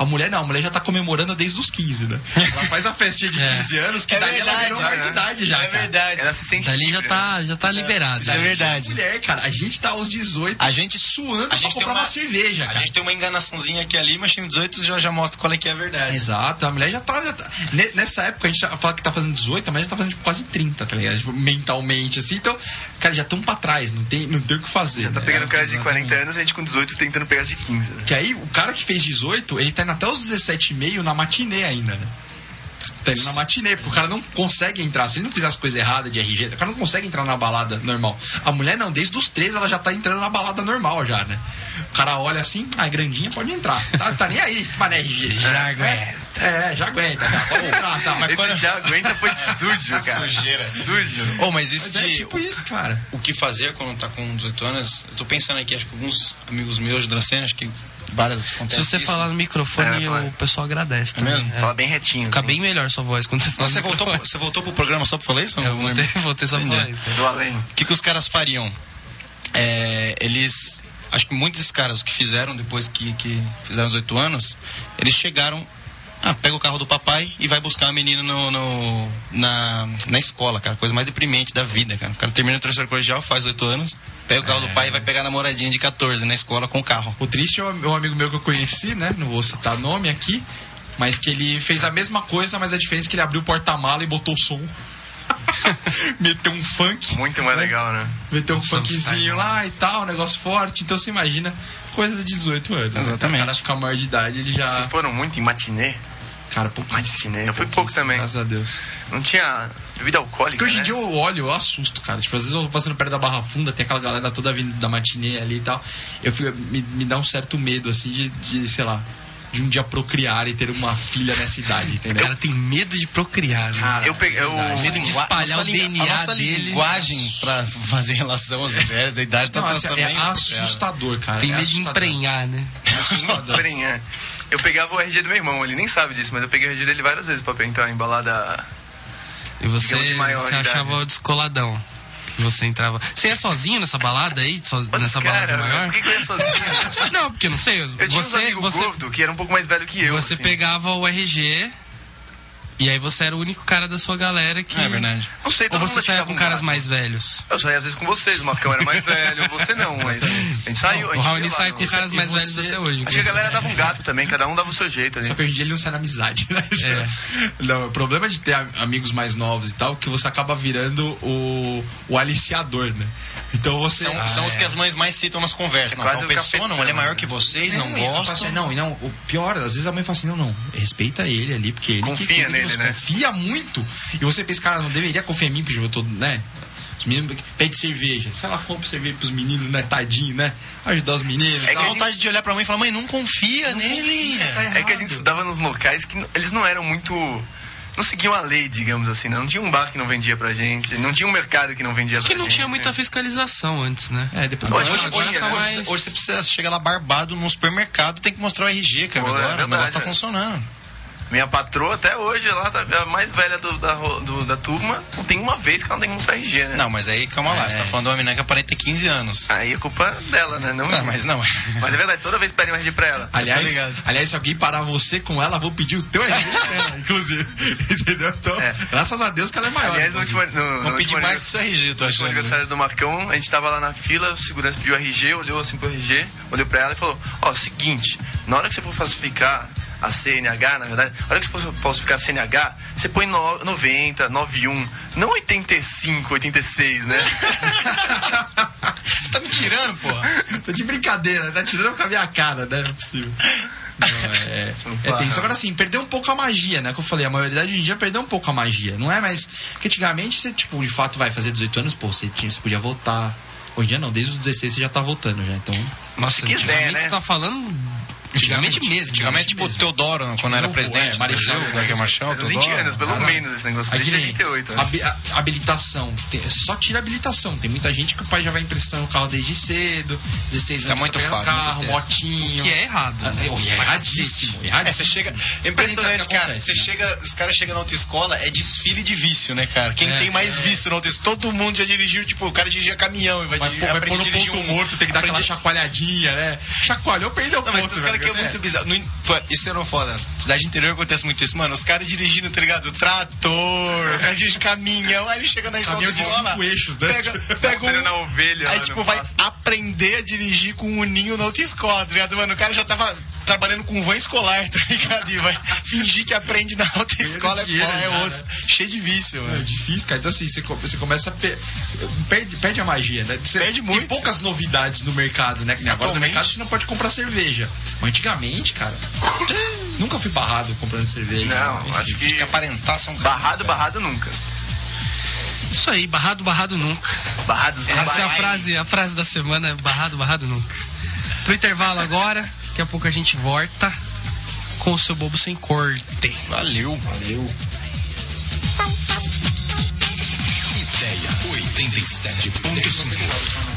Speaker 6: A mulher não, a mulher já tá comemorando desde os 15, né? Ela faz a festinha de 15 anos, que
Speaker 3: É
Speaker 6: daí ela
Speaker 3: verdade,
Speaker 6: virou maior de
Speaker 3: né?
Speaker 6: idade já,
Speaker 3: é
Speaker 6: cara.
Speaker 3: verdade.
Speaker 4: Ela se sente
Speaker 2: dali já
Speaker 4: livre, né?
Speaker 2: tá, já tá liberado.
Speaker 3: Isso é verdade.
Speaker 6: Mulher, cara, a gente tá aos 18
Speaker 3: A gente
Speaker 6: suando
Speaker 3: a gente
Speaker 6: pra
Speaker 3: tem
Speaker 6: comprar uma,
Speaker 3: uma-
Speaker 6: cerveja,
Speaker 3: A
Speaker 6: cara.
Speaker 3: gente tem uma enganaçãozinha aqui e ali, mas tem 18 já, já mostra qual é que é a verdade.
Speaker 6: Exato, a mulher já tá, já tá- ne- Nessa época a gente fala que tá fazendo 18, a mulher já tá fazendo tipo, quase 30, tá ligado? Tipo, mentalmente, assim. Então, cara, já tão pra trás, não tem, não tem o que fazer.
Speaker 4: Tá
Speaker 6: né?
Speaker 4: pegando cara de
Speaker 6: Exatamente.
Speaker 4: 40 anos e a gente com 18 tentando pegar as de 15. né?
Speaker 6: Que aí o cara que fez 18, ele tá indo até os 17,5 na matinê ainda, né? Tá indo na matinê, porque o cara não consegue entrar. Se ele não fizer as coisas erradas de RG, o cara não consegue entrar na balada normal. A mulher não, desde os 13 ela já tá entrando na balada normal já, né? O cara olha assim, ah, grandinha pode entrar. Tá, tá nem aí, mané RG. Já aguenta. É, já aguenta, cara. Pode entrar, tá. Mas,
Speaker 4: Esse já aguenta foi sujo, cara.
Speaker 3: Sujeira.
Speaker 4: Sujo.
Speaker 3: Oh, mas isso
Speaker 6: mas é
Speaker 3: de
Speaker 6: tipo isso, cara.
Speaker 3: o que fazer quando tá com 18 anos, eu tô pensando aqui, acho que alguns amigos meus de Dracena, acho que várias
Speaker 2: Se
Speaker 3: acontece
Speaker 2: você
Speaker 3: isso.
Speaker 2: falar no microfone,
Speaker 4: É, vai.
Speaker 2: o pessoal agradece também.
Speaker 3: mesmo?
Speaker 2: É.
Speaker 4: Fala bem retinho.
Speaker 2: Fica
Speaker 4: assim.
Speaker 2: bem melhor sua voz quando você fala.
Speaker 3: Nossa, Você
Speaker 2: no
Speaker 3: voltou, pro-
Speaker 2: microfone.
Speaker 3: você voltou pro programa só pra falar isso? É.
Speaker 2: Eu voltei, voltei só pra falar isso.
Speaker 4: Do além.
Speaker 3: O que, que os caras fariam? É, eles. Acho que muitos desses caras que fizeram depois que, que fizeram os oito anos, eles chegaram. Ah, pega o carro do papai e vai buscar a menina no, no- na, na escola, cara. Coisa mais deprimente da vida, cara. O cara termina o terceiro colegial, faz oito anos, pega o carro
Speaker 2: É.
Speaker 3: do pai e vai pegar a namoradinha de 14 na escola com o carro.
Speaker 6: O triste é um amigo meu que eu conheci, né? Não vou citar nome aqui. Mas que ele fez a mesma coisa, mas a diferença é que ele abriu o porta-mala e botou o som. meteu um funk.
Speaker 4: Muito mais legal, né?
Speaker 6: Meteu um funkzinho lá e tal, um negócio forte. Então você imagina, coisa de 18 anos. né?
Speaker 3: Exatamente.
Speaker 2: Tá.
Speaker 6: O cara ficar maior de idade, ele já.
Speaker 4: Vocês foram muito em matinê?
Speaker 6: Cara, pouco.
Speaker 4: Mas cinema. Eu fui pouco também.
Speaker 6: Graças a Deus.
Speaker 4: Não tinha bebida alcoólica.
Speaker 6: Porque hoje em
Speaker 4: né?
Speaker 6: dia eu olho, eu assusto, cara. Tipo, às vezes eu vou passando perto da Barra Funda, tem aquela galera toda vindo da matinê ali e tal. Eu fico, me, me dá um certo medo, assim, de, de, sei lá, de um dia procriar e ter uma filha nessa idade,
Speaker 2: O
Speaker 6: entendeu?
Speaker 2: cara tem medo de procriar, né?
Speaker 6: Cara,
Speaker 4: Eu peguei. Eu...
Speaker 2: Medo de espalhar o DNA
Speaker 3: a nossa
Speaker 2: dele.
Speaker 3: linguagem pra fazer relação às mulheres da idade tá
Speaker 6: não, assim,
Speaker 3: também.
Speaker 6: é assustador,
Speaker 4: tá
Speaker 6: cara.
Speaker 2: Tem
Speaker 6: é
Speaker 2: medo de
Speaker 6: assustador.
Speaker 2: emprenhar, né?
Speaker 4: Porém, é. Eu pegava o RG do meu irmão, ele nem sabe disso, mas eu peguei o RG dele várias vezes pra entrar em balada.
Speaker 2: E você,
Speaker 4: Digamos de maior
Speaker 2: você
Speaker 4: idade.
Speaker 2: achava o descoladão. E Você entrava. Você ia sozinho nessa balada aí? So- nessa
Speaker 4: Cara,
Speaker 2: balada é maior?
Speaker 4: por que, que eu ia sozinho?
Speaker 2: Não, porque eu não sei.
Speaker 4: Eu tinha um
Speaker 2: você
Speaker 4: amigo
Speaker 2: você,
Speaker 4: gordo que era um pouco mais velho que eu.
Speaker 2: você
Speaker 4: assim.
Speaker 2: pegava o RG e aí você era o único cara da sua galera que.
Speaker 3: É verdade.
Speaker 4: Não sei, todo
Speaker 2: Ou você
Speaker 4: mundo
Speaker 2: saia
Speaker 4: achava
Speaker 2: com
Speaker 4: um
Speaker 2: caras
Speaker 4: gato.
Speaker 2: mais velhos?
Speaker 4: Eu saí às vezes com vocês, o Marcão era mais velho, você não, mas. A gente saiu. a
Speaker 2: O
Speaker 4: gente
Speaker 2: Raoni
Speaker 4: ia lá
Speaker 2: sai
Speaker 4: no-
Speaker 2: com caras mais velhos até hoje.
Speaker 4: Acho que a
Speaker 2: graças
Speaker 4: galera dava um gato também, cada um dava o seu jeito ali.
Speaker 6: Só que hoje em dia ele não sai na amizade, né?
Speaker 3: É.
Speaker 6: Não, o problema de ter a- amigos mais novos e tal é que você acaba virando o, o aliciador, né? Então você.
Speaker 3: São, são os que as mães mais citam nas conversas. não,
Speaker 4: quase
Speaker 6: um
Speaker 3: tal
Speaker 4: o
Speaker 3: pessoa não,
Speaker 4: cafetão,
Speaker 3: ele é maior
Speaker 4: né?
Speaker 3: que vocês, não
Speaker 6: e ela fala assim,
Speaker 3: gosta.
Speaker 6: Não, e não, o pior, às vezes a mãe fala assim: não, não, respeita ele ali, porque ele. que
Speaker 4: Confia
Speaker 6: cuida de
Speaker 4: nele,
Speaker 6: você,
Speaker 4: né?
Speaker 6: Confia muito. E você pensa, cara, não deveria confiar em mim, porque eu tô, né? Os meninos pede cerveja. Sei lá, compra cerveja pros meninos, né? Tadinho, né? Ajudar os
Speaker 4: É
Speaker 6: meninos. É
Speaker 4: que
Speaker 3: Dá
Speaker 4: a gente-
Speaker 3: vontade de olhar pra mãe e falar, mãe, não confia nele.
Speaker 4: É que a gente estudava nos locais que n- eles não eram muito. Não seguiam a lei, digamos assim, né? Não tinha um bar que não vendia pra gente, não tinha um mercado que não vendia pra
Speaker 2: que
Speaker 4: gente. né?
Speaker 2: não tinha muita fiscalização antes, né?
Speaker 6: É, depois
Speaker 4: Hoje-
Speaker 3: Hoje,
Speaker 6: Agora-
Speaker 2: Agora
Speaker 3: hoje-
Speaker 2: tá
Speaker 3: hoje-
Speaker 2: mais-
Speaker 3: hoje você precisa chegar lá barbado num supermercado, tem que mostrar o RG, cara.
Speaker 4: Pô, é
Speaker 3: agora o
Speaker 4: verdade,
Speaker 3: negócio tá
Speaker 4: é.
Speaker 3: funcionando.
Speaker 4: Minha patroa até hoje, ela tá é a mais velha do- da, ro- do- da turma, não tem uma vez que ela não tem que mostrar RG, né?
Speaker 3: Não, mas aí calma lá,
Speaker 6: É.
Speaker 3: você tá falando de uma menina que aparenta ter 15 anos.
Speaker 4: Aí é culpa dela, né? Não,
Speaker 3: Não, mas não.
Speaker 4: Mas é verdade, toda vez pedem um RG pra ela.
Speaker 6: Aliás,
Speaker 3: Tá ligado. É,
Speaker 6: aliás, se alguém parar você com ela, vou pedir o teu RG, né? inclusive. Entendeu? Então,
Speaker 4: É.
Speaker 6: graças a Deus que ela é maior.
Speaker 4: Aliás, no último, no, no
Speaker 3: Vou pedir
Speaker 4: último
Speaker 3: mais que seu RG, tô
Speaker 4: Então, No
Speaker 3: achando.
Speaker 4: aniversário do Marcão, a gente tava lá na fila, o segurança pediu RG, olhou assim pro RG, olhou pra ela e falou: Ó, seguinte, na hora que você for falsificar a CNH, na verdade, na hora que você for falsificar a CNH, você põe no, 90, 91, não 85, 86, né?
Speaker 3: Você tá me tirando, pô.
Speaker 6: Tô de brincadeira, tá tirando com a minha cara, né? Não é possível. Não, é, é tenso. Agora assim, perdeu um pouco a magia, né? Que eu falei, a maioridade hoje em dia perdeu um pouco a magia. Não é mais. Porque antigamente você, tipo, de fato vai fazer 18 anos, pô, você, tinha, você podia votar. Hoje em dia não, desde os 16 você já tá votando já. Então.
Speaker 2: Nossa,
Speaker 4: quiser,
Speaker 2: antigamente
Speaker 4: né?
Speaker 2: você tá falando. Antigamente mesmo.
Speaker 3: Antigamente, tipo, o Teodoro, quando era
Speaker 6: Não,
Speaker 3: presidente.
Speaker 6: é, Marechal,
Speaker 3: entendeu? Guarda Marechal,
Speaker 4: Faz uns 20
Speaker 3: Teodoro.
Speaker 4: anos, pelo menos, esse negócio,
Speaker 6: Aí que
Speaker 4: desde
Speaker 6: nem
Speaker 4: 88. né?
Speaker 6: habi- a- habilitação. Tem- só tira a habilitação. Tem muita gente que o pai já vai emprestando o carro desde cedo, 16
Speaker 3: Tá
Speaker 6: anos.
Speaker 3: muito
Speaker 6: pra pegar o
Speaker 3: fácil,
Speaker 6: carro,
Speaker 3: muito
Speaker 6: motinho.
Speaker 2: Que é errado.
Speaker 6: Ah, é, é erradíssimo,
Speaker 3: É, você
Speaker 6: erradíssimo.
Speaker 3: chega. é
Speaker 6: Mas
Speaker 3: Impressionante,
Speaker 6: então, o que
Speaker 3: cara.
Speaker 6: acontece,
Speaker 3: Você
Speaker 6: né?
Speaker 3: chega. Os caras chegam na autoescola, é desfile de vício, né, cara? Quem
Speaker 6: É,
Speaker 3: tem mais vício na autoescola? Todo mundo já dirigiu, tipo, o cara dirigia caminhão e vai,
Speaker 6: Vai,
Speaker 3: dirigir-
Speaker 6: pô, vai
Speaker 3: aprende
Speaker 6: pôr
Speaker 3: a
Speaker 6: no
Speaker 3: dirigir
Speaker 6: ponto
Speaker 3: um-
Speaker 6: morto, tem que dar
Speaker 3: aprende-
Speaker 6: aquela tá chacoalhadinha, né? Chacoalhou, perdeu o
Speaker 3: Não,
Speaker 6: ponto.
Speaker 3: mas tem os caras que é
Speaker 6: velho.
Speaker 3: muito bizarro. No in- pô, isso era uma foda. Cidade interior acontece muito isso. Mano, os caras dirigindo, tá ligado? Trator, o cara dirige caminhão, aí ele chega na
Speaker 6: Caminhão de
Speaker 3: autoescola,
Speaker 6: cinco eixos, né?
Speaker 3: Pega, pega
Speaker 4: Batendo na
Speaker 3: um.
Speaker 4: ovelha.
Speaker 3: Aí,
Speaker 4: lá
Speaker 3: tipo,
Speaker 4: no
Speaker 3: vai
Speaker 4: pasto.
Speaker 3: aprender a dirigir com um ninho na autoescola, tá ligado? Mano, o cara já tava trabalhando com van escolar, tá ligado? E vai fingir que aprende na autoescola, é
Speaker 6: dinheiro,
Speaker 3: foda, é
Speaker 6: cara.
Speaker 3: osso. Cheio de vício,
Speaker 6: É
Speaker 3: mano.
Speaker 6: difícil, cara. Então, assim, você, co- você começa a. pe- Perde, perde a magia, né? Você
Speaker 3: Perde
Speaker 6: Tem
Speaker 3: muito.
Speaker 6: poucas novidades no mercado, né? Que nem Agora no
Speaker 3: Atualmente.
Speaker 6: mercado você não pode comprar cerveja. Mas antigamente, cara. nunca fui barrado comprando cerveja.
Speaker 4: Não,
Speaker 6: Enfim.
Speaker 4: acho
Speaker 3: Tem que
Speaker 4: que.
Speaker 3: aparentar ser um cara.
Speaker 4: Barrado, barrado nunca.
Speaker 2: Isso aí, barrado, barrado nunca.
Speaker 4: Barrados nunca.
Speaker 2: Essa é a frase, a frase da semana, é barrado, barrado nunca. Pro intervalo agora, daqui a pouco a gente volta com o seu bobo sem corte.
Speaker 3: Valeu, valeu.
Speaker 11: 87.5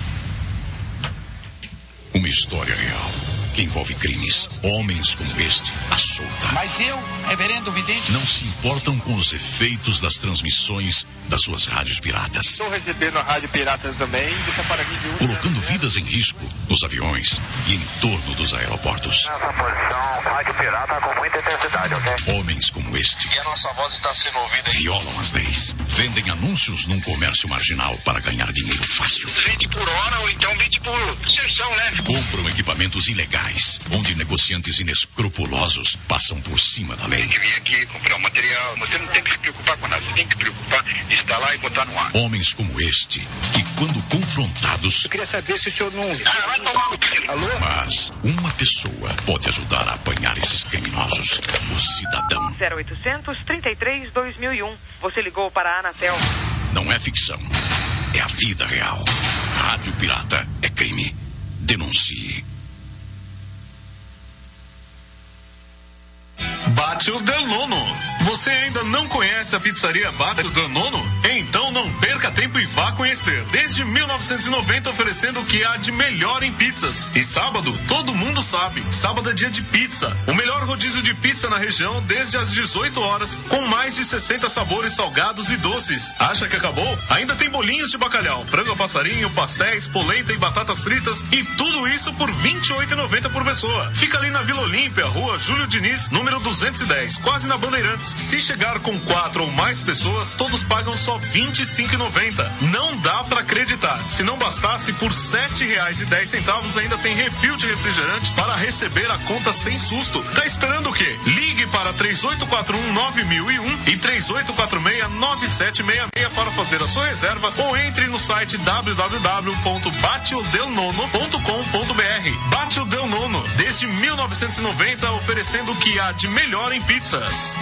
Speaker 11: Uma história real que envolve crimes. Homens como este, a solta.
Speaker 8: Mas eu, reverendo vidente,
Speaker 11: Não se importam com os efeitos das transmissões das suas rádios piratas.
Speaker 8: estou recebendo a Rádio Pirata também, deixa para aqui de um.
Speaker 11: Colocando vidas em risco nos aviões e em torno dos aeroportos.
Speaker 8: Nessa posição, Rádio Pirata com muita intensidade, ok?
Speaker 11: Homens como este
Speaker 8: E a nossa voz está sendo ouvida
Speaker 11: violam as leis. Vendem anúncios num comércio marginal para ganhar dinheiro fácil.
Speaker 8: 20 por hora ou então 20 por sessão, né?
Speaker 11: Compram equipamentos ilegais.
Speaker 5: ilegais, onde negociantes inescrupulosos passam por cima da lei.
Speaker 8: Vem aqui comprar o material. Você não tem que se preocupar com nada. Você tem que se preocupar de estar lá e botar no ar.
Speaker 5: Homens como este, que quando confrontados,
Speaker 8: Queria saber se o senhor não. Ah, vai tomar no Alô?
Speaker 5: mas uma pessoa pode ajudar a apanhar esses criminosos, o cidadão.
Speaker 12: 0800 33 2001. Então, Você ligou para a Anatel.
Speaker 5: Não é ficção, é a vida real. Rádio Pirata é crime. Denuncie.
Speaker 13: Bátio Danono. Você ainda não conhece a pizzaria Bátio Danono? Então não perca tempo e vá conhecer. Desde 1990 oferecendo o que há de melhor em pizzas. E sábado, todo mundo sabe, sábado é dia de pizza. O melhor rodízio de pizza na região desde as 18 horas, com mais de 60 sabores salgados e doces. Acha que acabou? Ainda tem bolinhos de bacalhau, frango a passarinho, pastéis, polenta e batatas fritas e tudo isso por R$ 28,90 por pessoa. Fica ali na Vila Olímpia, Rua Júlio Diniz, número 210, quase na Bandeirantes. Se chegar com quatro ou mais pessoas, todos pagam só R$ 25,90. Não dá pra acreditar. Se não bastasse, por R$ 7,10 ainda tem refil de refrigerante para receber a conta sem susto. Tá esperando o quê? Ligue para 3841-9001 e 3846-9766 para fazer a sua reserva ou entre no site www.bateodelnono.com.br. Bate o Del Nono, desde 1990, oferecendo o que há de melhor em pizzas.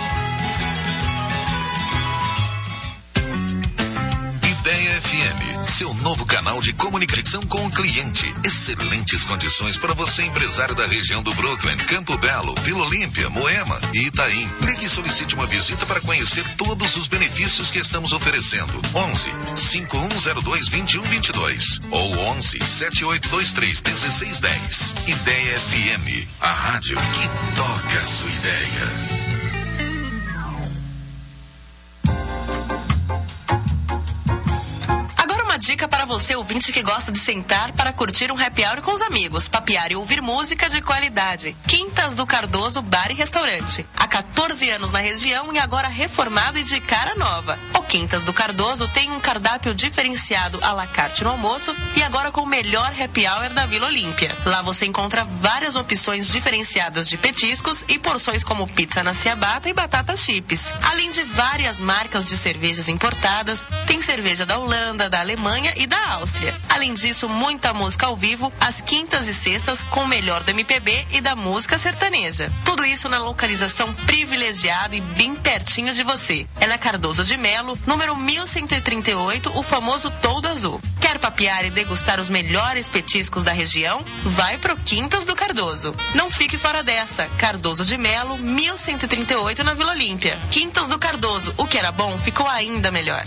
Speaker 5: Ideia FM, seu novo canal de comunicação com o cliente. Excelentes condições para você, empresário da região do Brooklyn, Campo Belo, Vila Olímpia, Moema e Itaim. Ligue e solicite uma visita para conhecer todos os benefícios que estamos oferecendo. 11 5102 2122 ou 11 7823 1610. Ideia FM, a rádio que toca sua ideia.
Speaker 12: Agora uma dica para você, ouvinte que gosta de sentar para curtir um happy hour com os amigos, papear e ouvir música de qualidade. Quintas do Cardoso Bar e Restaurante. Há 14 anos na região e agora reformado e de cara nova. O Quintas do Cardoso tem um cardápio diferenciado à la carte no almoço e agora com o melhor happy hour da Vila Olímpia. Lá você encontra várias opções diferenciadas de petiscos e porções como pizza na ciabatta e batata chips. Além de várias marcas de cervejas importadas, tem cerveja da Holanda, da Alemanha e da Áustria. Além disso, muita música ao vivo às quintas e sextas com o melhor do MPB e da música sertaneja. Tudo isso na localização privilegiada e bem pertinho de você. É na Cardoso de Melo, número 1138, o famoso Toldo Azul. Quer papear e degustar os melhores petiscos da região? Vai pro Quintas do Cardoso. Não fique fora dessa. Cardoso de Melo, 1138 na Vila Olímpia. Quintas do Cardoso, o que era bom ficou ainda melhor.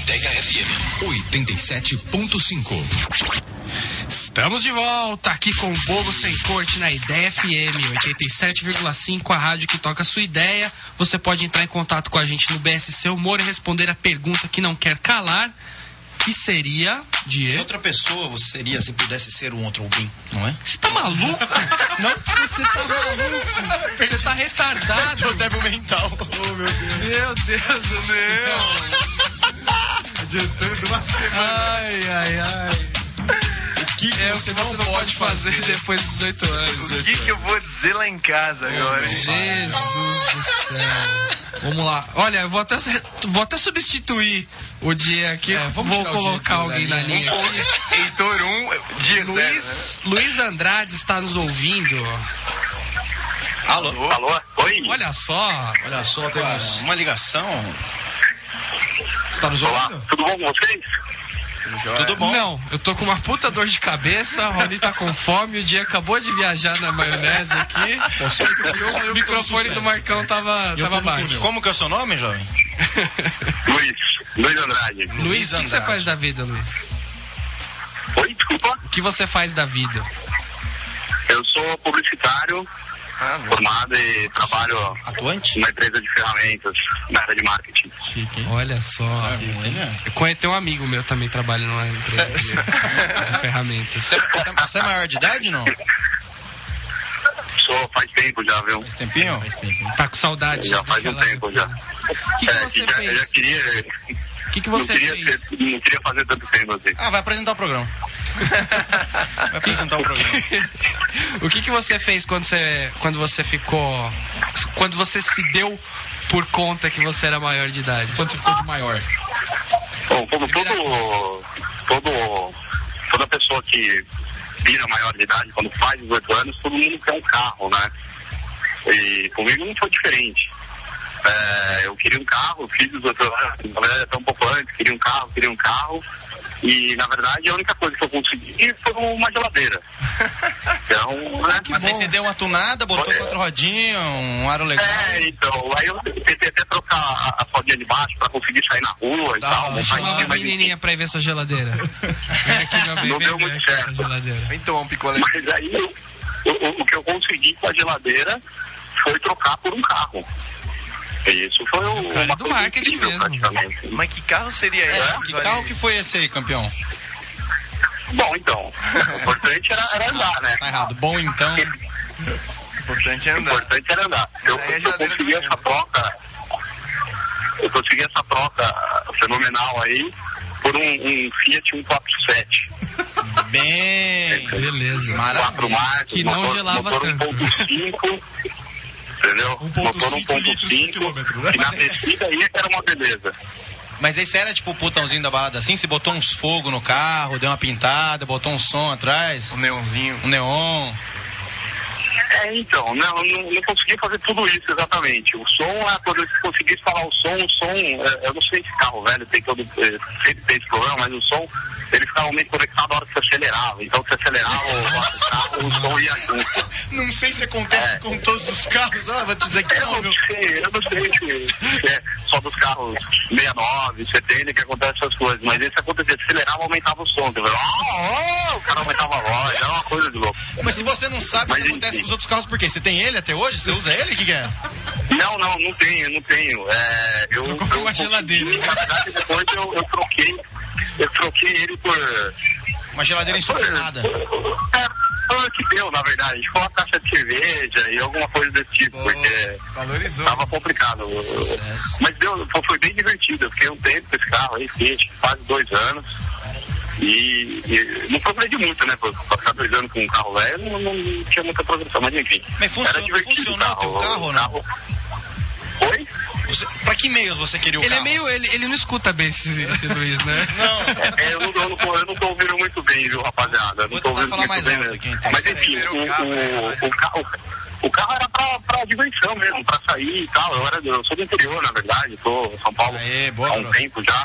Speaker 5: Ideia FM 87.5.
Speaker 2: Estamos de volta aqui com o Bobo Sem Corte na Ideia FM 87,5, a rádio que toca a sua ideia. Você pode entrar em contato com a gente no BSC Humor e responder a pergunta que não quer calar, que seria de...
Speaker 3: Que outra pessoa você seria se pudesse ser um outro alguém, não é?
Speaker 2: Você tá maluco? Não, você tá maluco. Você tá retardado.
Speaker 3: Tô débil mental. Oh, meu Deus.
Speaker 4: Meu Deus do céu. Adiantando uma semana.
Speaker 2: Ai, ai, ai.
Speaker 4: O que
Speaker 2: É o que você não pode fazer depois dos 18 anos.
Speaker 1: O que, que eu vou dizer lá em casa agora?
Speaker 2: Jesus do céu. Vamos lá. Olha, eu vou até, vou até substituir o dia aqui. vou
Speaker 4: tirar o Diego
Speaker 2: colocar alguém
Speaker 4: da
Speaker 2: na linha.
Speaker 1: Heitor 1, um, dia
Speaker 4: né?
Speaker 1: zero,
Speaker 2: Luiz, né? Luiz Andrade está nos ouvindo.
Speaker 1: né? Alô? Alô? Oi?
Speaker 2: Olha só.
Speaker 4: Olha só, temos.
Speaker 3: Uma ligação?
Speaker 4: Você tá nos ouvindo?
Speaker 8: Tudo bom com vocês?
Speaker 3: Tudo bom.
Speaker 2: Não, eu tô com uma puta dor de cabeça, a Rony tá com fome, o dia acabou de viajar na maionese aqui. e o microfone do Marcão tava, tava baixo.
Speaker 3: Como que é o seu nome, jovem?
Speaker 8: Luiz. Luiz Andrade.
Speaker 2: Luiz, o que que você
Speaker 3: Andrade.
Speaker 2: faz da vida, Luiz?
Speaker 8: Oi, desculpa.
Speaker 2: O que você faz da vida?
Speaker 8: Eu sou publicitário, formado e trabalho
Speaker 3: Atuante?
Speaker 8: numa empresa de ferramentas na área de marketing.
Speaker 2: Olha só.
Speaker 8: É.
Speaker 2: Eu conhe- Tem um amigo meu também trabalha numa empresa de, de ferramentas.
Speaker 3: Você é maior de idade, não?
Speaker 8: Sou Tô, faz tempo já, viu?
Speaker 3: Faz tempinho?
Speaker 2: Tá com saudade.
Speaker 8: Já faz um
Speaker 2: daquela-
Speaker 8: tempo já.
Speaker 2: Que que
Speaker 8: É,
Speaker 2: você
Speaker 8: já,
Speaker 2: fez?
Speaker 8: Eu já queria.
Speaker 2: O que, que
Speaker 8: não
Speaker 2: você
Speaker 8: queria
Speaker 2: fez?
Speaker 8: ter- não queria fazer tanto tempo assim.
Speaker 3: Ah, vai apresentar o programa. Vai apresentar o programa.
Speaker 2: O que, que você fez quando você, quando você ficou. Quando você se deu por conta que você era maior de idade?
Speaker 6: Quando você ficou de maior?
Speaker 8: Bom, como
Speaker 2: É
Speaker 8: todo, todo, toda pessoa que vira maior de idade, quando faz 18 anos, todo mundo quer um carro, né? E comigo não foi diferente. É, eu queria um carro, fiz 18 anos, na verdade até um pouco antes, queria um carro, queria um carro. E na verdade a única coisa que eu consegui foi uma geladeira. Então, né?
Speaker 3: Mas aí você deu uma tunada, botou
Speaker 8: Olha.
Speaker 3: quatro rodinhas, um aro legal.
Speaker 8: É, então, aí eu tentei até trocar a, a rodinha de baixo pra conseguir sair na rua e tal.
Speaker 2: Você
Speaker 8: montar em
Speaker 2: chamava
Speaker 8: cima,
Speaker 2: as
Speaker 8: mas enfim.
Speaker 2: menininhas pra ir ver sua geladeira. Vem aqui, meu bem,
Speaker 8: Não
Speaker 2: vem
Speaker 8: deu
Speaker 2: ver
Speaker 8: muito
Speaker 2: aqui essa
Speaker 8: certo.
Speaker 2: geladeira.
Speaker 4: Vem tomar um picolé.
Speaker 8: Mas aí eu- o, o que eu consegui com a geladeira foi trocar por um carro. E isso foi o
Speaker 2: Cara,
Speaker 8: uma
Speaker 2: do
Speaker 8: coisa
Speaker 2: marketing
Speaker 8: incrível,
Speaker 2: mesmo.
Speaker 8: praticamente.
Speaker 4: Mas que carro seria esse?
Speaker 3: É, Que carro que foi esse aí, campeão?
Speaker 8: Bom, então, o importante era, era andar, né?
Speaker 3: Tá errado. Bom, então.
Speaker 4: O importante é
Speaker 8: O
Speaker 4: andar.
Speaker 8: importante era andar. Eu,
Speaker 4: Aí a
Speaker 8: se eu
Speaker 4: geladeira
Speaker 8: consegui
Speaker 4: não
Speaker 8: essa
Speaker 4: anda.
Speaker 8: troca, eu consegui essa troca fenomenal aí por um, um Fiat 147.
Speaker 3: Bem.
Speaker 2: Beleza.
Speaker 8: Quatro marcas,
Speaker 2: Que não
Speaker 8: motor,
Speaker 2: gelava
Speaker 8: motor
Speaker 2: tanto.
Speaker 8: 1.5 entendeu? motor 1.5
Speaker 2: né?
Speaker 8: e na descida aí que era uma beleza.
Speaker 3: Mas aí você era tipo o putãozinho da balada assim? Você botou uns fogo no carro, deu uma pintada, botou um som atrás,
Speaker 4: Um neonzinho.
Speaker 3: um neon.
Speaker 8: É, então, não, não, não consegui fazer tudo isso exatamente. O som, é, quando eu consegui instalar o som, o som, é, eu não sei se carro velho tem todo, é, sempre tem esse problema, mas o som, ele ficava meio conectado na hora que você acelerava. Então, se acelerava o carro, o som ia junto.
Speaker 3: Não sei se acontece com todos os carros. Ah, vou te dizer que
Speaker 8: Eu não sei, eu não sei se, se é só dos carros 69, 70 que acontece essas coisas, mas esse acontecia, acelerava, aumentava o som. Você vai, "Ah, ah", o cara aumentava a voz, era uma coisa de louco.
Speaker 3: Mas se você não sabe, isso
Speaker 8: Mas
Speaker 3: acontece
Speaker 8: enfim.
Speaker 3: com os outros carros por quê? Você tem ele até hoje? Você usa ele? O que, que é?
Speaker 8: Não, não, não tenho, não tenho. É, eu,
Speaker 3: Trocou
Speaker 8: eu
Speaker 3: por uma geladeira. né?
Speaker 8: consegui, Na verdade, depois eu, eu troquei. Eu troquei ele por.
Speaker 3: Uma geladeira
Speaker 8: por
Speaker 3: insuflada.
Speaker 8: é, foi o que deu, na verdade. Foi uma caixa de cerveja e alguma coisa desse tipo, porque
Speaker 4: Valorizou.
Speaker 8: tava complicado. Mas deu, foi- foi bem divertido. Eu fiquei um tempo com esse carro aí, fiquei acho que quase dois anos. E, e não progredi muito, né? Pra pra ficar dois anos com um carro velho, não, não tinha muita progressão, mas enfim.
Speaker 3: Mas funcionou-
Speaker 8: Era divertido
Speaker 3: funcionou o teu carro né? ou não?
Speaker 8: Oi?
Speaker 3: Você, pra que meios você queria o
Speaker 2: Ele é
Speaker 3: carro?
Speaker 2: meio. Ele, ele não escuta bem esse, esse Luiz, né?
Speaker 8: É, eu, não, eu, não tô, eu não tô ouvindo muito bem, viu, rapaziada? Eu não
Speaker 3: Vou
Speaker 8: tô
Speaker 3: tentar
Speaker 8: ouvindo
Speaker 3: falar
Speaker 8: muito
Speaker 3: mais
Speaker 8: bem
Speaker 3: alto
Speaker 8: mesmo.
Speaker 3: aqui, então.
Speaker 8: Mas enfim,
Speaker 4: Primeiro
Speaker 8: o,
Speaker 4: carro, né?
Speaker 3: tá
Speaker 8: o, o, carro, o carro era pra, pra diversão mesmo, pra sair e tal. Eu, era, eu sou do interior, na verdade, tô em São Paulo
Speaker 3: Aê, boa,
Speaker 8: há um
Speaker 3: garoto.
Speaker 8: tempo já.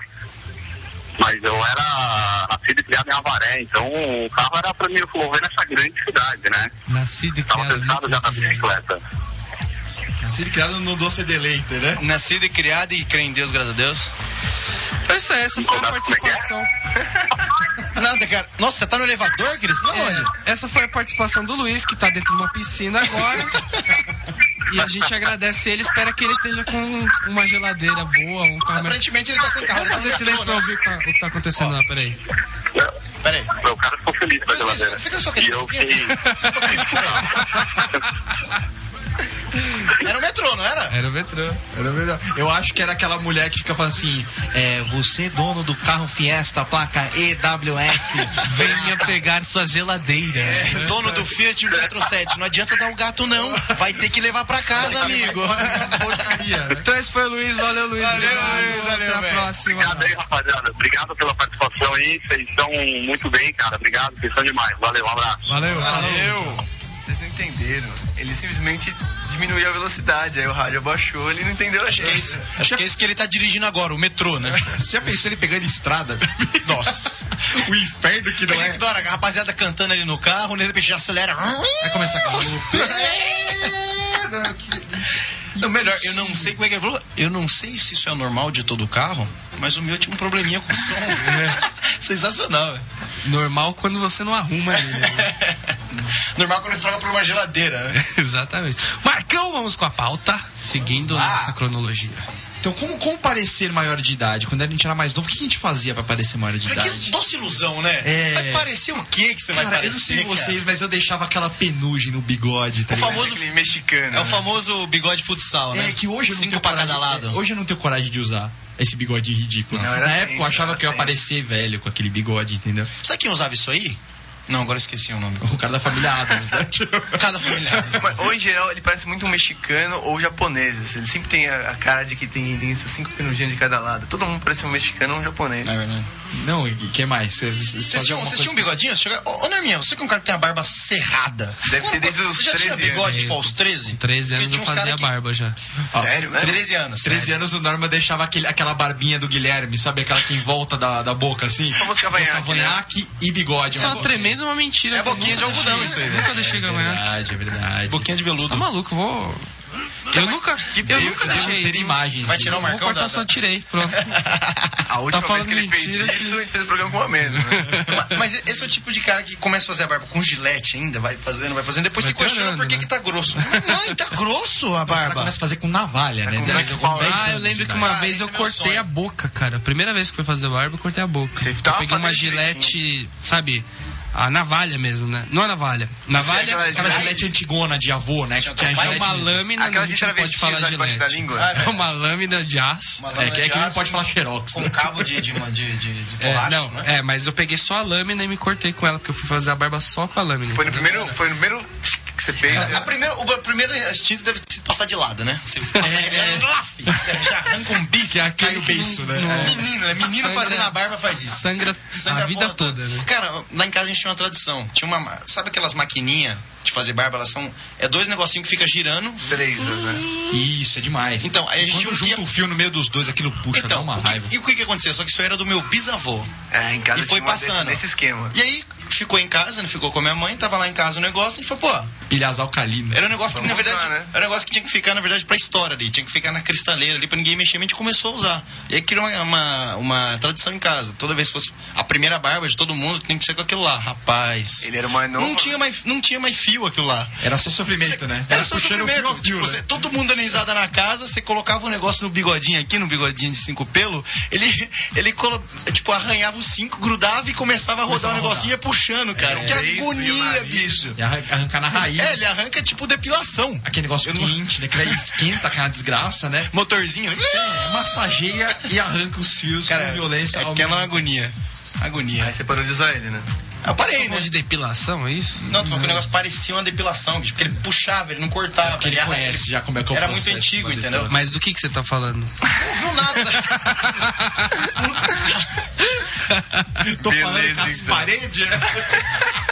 Speaker 8: Mas eu era nascido e criado em Avaré, então o carro era pra me locomover nessa grande cidade, né?
Speaker 2: Nascido e
Speaker 8: Tava
Speaker 2: criado.
Speaker 8: cansado já da bicicleta.
Speaker 6: Nascido e criado no Doce Deleite, né?
Speaker 3: Nascido e criado e crê em Deus, graças a Deus.
Speaker 2: Então, isso aí, essa foi a participação.
Speaker 3: Nada, cara. Nossa, você tá no elevador, Cris? Não, onde?
Speaker 2: É, essa foi a participação do Luiz, que tá dentro de uma piscina agora. E a gente agradece ele, espera que ele esteja com uma geladeira boa, um carro. melhor.
Speaker 3: Aparentemente ele tá sem carro.
Speaker 2: Vamos fazer silêncio
Speaker 3: né?
Speaker 2: pra ouvir o que tá, o que tá acontecendo lá, peraí.
Speaker 3: Peraí.
Speaker 8: O cara ficou feliz com a geladeira.
Speaker 3: Fica só
Speaker 8: E
Speaker 3: quietinho um
Speaker 8: eu
Speaker 3: pouquinho.
Speaker 8: fiquei.
Speaker 3: Era o metrô, não era?
Speaker 2: Era o metrô.
Speaker 6: Era verdade. Eu acho que era aquela mulher que fica falando assim: é, você dono do carro Fiesta, placa EWS.
Speaker 2: Venha pegar sua geladeira.
Speaker 3: Dono do Fiat 147. Não adianta dar o gato, não. Vai ter que levar pra casa, amigo.
Speaker 2: Então esse foi o Luiz, valeu Luiz.
Speaker 3: Valeu,
Speaker 2: obrigado.
Speaker 3: Luiz, valeu,
Speaker 2: Até a
Speaker 3: velho.
Speaker 2: próxima.
Speaker 8: Obrigado aí, rapaziada. Obrigado pela participação aí. Vocês estão muito bem, cara. Obrigado, vocês são demais. Valeu, um abraço.
Speaker 2: Valeu,
Speaker 3: Valeu.
Speaker 4: Vocês não entenderam. Ele simplesmente diminuiu a velocidade. Aí o rádio abaixou, ele não entendeu a
Speaker 3: Acho que é
Speaker 4: gente.
Speaker 3: isso. Acho que é isso que ele tá dirigindo agora, o metrô, né?
Speaker 6: Você já pensou ele pegando estrada?
Speaker 3: Nossa.
Speaker 6: o inferno que não
Speaker 3: Imagina
Speaker 6: é.
Speaker 3: que da hora, a rapaziada cantando ali no carro, né? de repente já acelera.
Speaker 6: Vai começar a galopar.
Speaker 3: Não, melhor, eu não sei como é que ele falou. Eu não sei se isso é normal de todo carro, mas o meu tinha um probleminha com o som. Sensacional, velho.
Speaker 2: Normal quando você não arruma ele. né?
Speaker 3: Normal quando eles trocam por uma geladeira, né?
Speaker 2: Exatamente. Marcão, vamos com a pauta, seguindo nossa cronologia.
Speaker 6: Então, como, como parecer maior de idade? Quando a gente era mais novo, o que a gente fazia pra parecer maior de
Speaker 3: Cara,
Speaker 6: idade?
Speaker 5: um
Speaker 3: que doce ilusão, né?
Speaker 6: É.
Speaker 3: Vai parecer o que que você vai
Speaker 6: Cara,
Speaker 3: parecer?
Speaker 6: eu não sei
Speaker 3: cara?
Speaker 6: vocês, mas eu deixava aquela penugem no bigode, tá
Speaker 3: O
Speaker 6: ligado?
Speaker 3: famoso,
Speaker 4: Aquele mexicano.
Speaker 3: é o
Speaker 4: né?
Speaker 3: famoso bigode futsal, né?
Speaker 6: É que hoje eu não
Speaker 3: Cinco
Speaker 6: tenho
Speaker 3: pra
Speaker 6: coragem-
Speaker 3: cada lado.
Speaker 6: é, Hoje eu não tenho coragem de usar esse bigode ridículo.
Speaker 4: Não, era
Speaker 6: Na época eu
Speaker 3: assim,
Speaker 4: tenso,
Speaker 6: achava
Speaker 4: era
Speaker 6: que eu ia
Speaker 4: tenso.
Speaker 6: aparecer velho com aquele bigode, entendeu?
Speaker 3: Sabe quem usava isso aí? Não, agora eu esqueci o nome.
Speaker 6: O cara da família Adams, né?
Speaker 3: Cada família.
Speaker 4: Mas, ou em geral, ele parece muito um mexicano ou japonês. assim. Ele sempre tem a, a cara de que tem, tem essas cinco penuginhas de cada lado. Todo mundo parece um mexicano ou um japonês.
Speaker 3: É verdade.
Speaker 6: Não, e que mais? Vocês, vocês
Speaker 3: Vocês
Speaker 6: faziam
Speaker 3: tinham, vocês
Speaker 6: alguma coisa
Speaker 3: tinham um bigodinho? Você chega- Ô, ô Norminha, você que é um cara que tem a barba serrada.
Speaker 4: Deve
Speaker 3: Quando-
Speaker 4: ter desde os
Speaker 3: Você já tinha
Speaker 4: 13
Speaker 3: bigode,
Speaker 4: anos.
Speaker 3: tipo, aos 13?
Speaker 2: 13 anos
Speaker 3: Porque
Speaker 2: eu
Speaker 3: tinha uns
Speaker 2: fazia
Speaker 3: cara
Speaker 2: a
Speaker 3: que-
Speaker 2: barba já.
Speaker 4: Sério mesmo?
Speaker 3: 13 anos.
Speaker 6: 13 anos o Norma deixava aquele, aquela barbinha do Guilherme, sabe? Aquela que em volta da, da boca, assim.
Speaker 4: Famoso cavanhaque,
Speaker 3: né?
Speaker 6: Cavanhaque e bigode.
Speaker 2: Isso é
Speaker 6: Uma
Speaker 2: uma
Speaker 6: bo-
Speaker 2: tremenda uma mentira.
Speaker 3: É
Speaker 2: que eu
Speaker 3: boquinha
Speaker 2: nunca
Speaker 3: de algodão
Speaker 2: deixei-
Speaker 3: isso aí, né?
Speaker 2: Nunca deixei
Speaker 6: É
Speaker 2: ganhar.
Speaker 6: verdade, é verdade.
Speaker 3: Boquinha de veludo.
Speaker 2: Tá maluco, vou... Eu nunca, eu nunca
Speaker 3: né?
Speaker 6: Devo
Speaker 2: deixei.
Speaker 6: ter imagens.
Speaker 3: Você vai tirar o
Speaker 2: Vou
Speaker 3: Marcão
Speaker 2: cortar,
Speaker 3: da...
Speaker 2: só tirei, pronto. Tá
Speaker 4: A última vez
Speaker 2: falando
Speaker 4: que ele
Speaker 2: mentira
Speaker 4: fez isso,
Speaker 2: que-
Speaker 4: ele fez o programa com a menos. Né?
Speaker 3: Ma- Mas esse é o tipo de cara que começa a fazer a barba com gilete ainda, vai fazendo, vai fazendo, depois
Speaker 2: Vai
Speaker 3: você questiona
Speaker 2: piorando,
Speaker 3: por que,
Speaker 2: né?
Speaker 3: que tá grosso. Mãe, tá grosso a
Speaker 6: Ela
Speaker 3: barba.
Speaker 6: começa a fazer com
Speaker 3: É
Speaker 6: navalha, né?
Speaker 4: com
Speaker 6: Dez-
Speaker 4: Black
Speaker 6: com
Speaker 4: Power.
Speaker 6: dez
Speaker 2: Ah, eu
Speaker 6: anos de
Speaker 2: lembro que
Speaker 6: idade.
Speaker 2: uma
Speaker 3: Cara,
Speaker 2: vez
Speaker 3: esse
Speaker 2: eu
Speaker 3: é meu
Speaker 2: cortei
Speaker 3: sonho.
Speaker 2: a boca, cara. Primeira vez que eu fui fazer barba, eu cortei a boca.
Speaker 4: Você
Speaker 2: eu
Speaker 4: tava
Speaker 2: peguei uma
Speaker 4: fazendo
Speaker 2: gilete, sabe? A navalha mesmo, né? Não a navalha. Navalha
Speaker 4: aquela
Speaker 6: Aquela gilete antigona de avô, né? Que tinha
Speaker 2: é
Speaker 6: gilete
Speaker 2: uma
Speaker 6: mesmo.
Speaker 2: lâmina, não, a
Speaker 4: Aquela de
Speaker 2: gente não pode
Speaker 4: travesti
Speaker 2: falar
Speaker 4: usada debaixo da
Speaker 2: gilete.
Speaker 4: língua.
Speaker 2: É uma lâmina de aço.
Speaker 6: É, que é que não pode falar xerox.
Speaker 3: Com
Speaker 6: né?
Speaker 3: um cabo de, de, uma- de, de,
Speaker 2: É,
Speaker 3: de bolacha,
Speaker 2: não,
Speaker 3: né?
Speaker 2: é, mas eu peguei só a lâmina e me cortei com ela, porque eu fui fazer a barba só com a lâmina. Então,
Speaker 4: Foi no primeiro, foi no primeiro que você fez. né?
Speaker 3: A primeira, o primeiro instinto deve ser passar de lado, né? Você passa de lado, laf, você já arranca um bico.
Speaker 6: Que é a Caio Beiço, né?
Speaker 3: É.
Speaker 6: É.
Speaker 3: Menino, né? Menino
Speaker 2: Sangra-
Speaker 3: fazendo a barba faz isso.
Speaker 2: Sangra,
Speaker 3: Sangra
Speaker 2: a vida
Speaker 3: porra
Speaker 2: toda, né?
Speaker 3: Cara, lá em casa a gente tinha uma tradição. Tinha uma. ma- Sabe aquelas maquininhas de fazer barba? Elas são. É dois negocinhos que fica girando.
Speaker 4: Três, né?
Speaker 6: Isso, é demais.
Speaker 3: Então, aí a gente
Speaker 6: Quando junta
Speaker 3: untia-
Speaker 6: o fio no meio dos dois, aquilo puxa, dá
Speaker 3: Então,
Speaker 6: uma
Speaker 3: o que-
Speaker 6: raiva.
Speaker 3: e o que que acontecia? Só que isso era do meu bisavô.
Speaker 4: É, em casa
Speaker 3: E foi
Speaker 4: tinha uma desse-
Speaker 3: passando.
Speaker 4: nesse esquema.
Speaker 3: E aí ficou em casa, né? ficou com a minha mãe, tava lá em casa o negócio, e a gente falou, pô,
Speaker 6: Pilhas alcalina.
Speaker 3: Era um negócio que, na
Speaker 4: Vamos
Speaker 3: verdade,
Speaker 4: usar, né?
Speaker 3: era um negócio que tinha que ficar, na verdade, pra história ali. Tinha que ficar na cristaleira ali pra ninguém mexer. A gente começou a usar. E aí criou uma, uma, uma tradição em casa. Toda vez que fosse a primeira barba de todo mundo, tem que ser com aquilo lá. Rapaz.
Speaker 4: Ele era uma nova-
Speaker 3: Não tinha mais, não tinha mais fio aquilo lá.
Speaker 6: Era só sofrimento,
Speaker 3: Você-
Speaker 6: né?
Speaker 3: Era é só
Speaker 6: puxando o
Speaker 3: sofrimento.
Speaker 6: fio a fio,
Speaker 3: Tipo,
Speaker 6: né?
Speaker 3: você- todo mundo analisada na casa, você colocava um negócio no bigodinho aqui, no bigodinho de cinco pelo, ele, ele colo- tipo, arranhava os cinco, grudava e começava a rodar É, o negocinho e ia puxando, cara. que
Speaker 4: isso, e o
Speaker 3: agonia,
Speaker 4: nariz.
Speaker 3: bicho.
Speaker 6: E arran- arrancar na raiz.
Speaker 3: É, ele arranca tipo depilação.
Speaker 6: Aquele negócio
Speaker 3: Eu não-
Speaker 6: quente, né? Que daí esquenta aquela desgraça, né?
Speaker 3: Motorzinho.
Speaker 6: É, massageia e arranca os fios
Speaker 3: Cara,
Speaker 6: com violência.
Speaker 3: é
Speaker 6: ao
Speaker 3: aquela agonia. Agonia.
Speaker 4: Aí você parou de usar ele, né?
Speaker 3: Eu parei, né?
Speaker 2: Negócio de depilação, é isso?
Speaker 3: Não, tu falou que o negócio parecia uma depilação, bicho, porque ele puxava, ele não cortava.
Speaker 6: Porque ele
Speaker 3: arra-
Speaker 6: conhece já como é que é o
Speaker 3: Era muito
Speaker 6: processo
Speaker 3: antigo,
Speaker 6: da
Speaker 3: entendeu?
Speaker 6: depilação.
Speaker 2: Mas do que, que você tá falando?
Speaker 3: Não viu nada.
Speaker 6: Tô falando
Speaker 4: Beleza,
Speaker 6: com as
Speaker 4: então.
Speaker 6: paredes.
Speaker 3: né?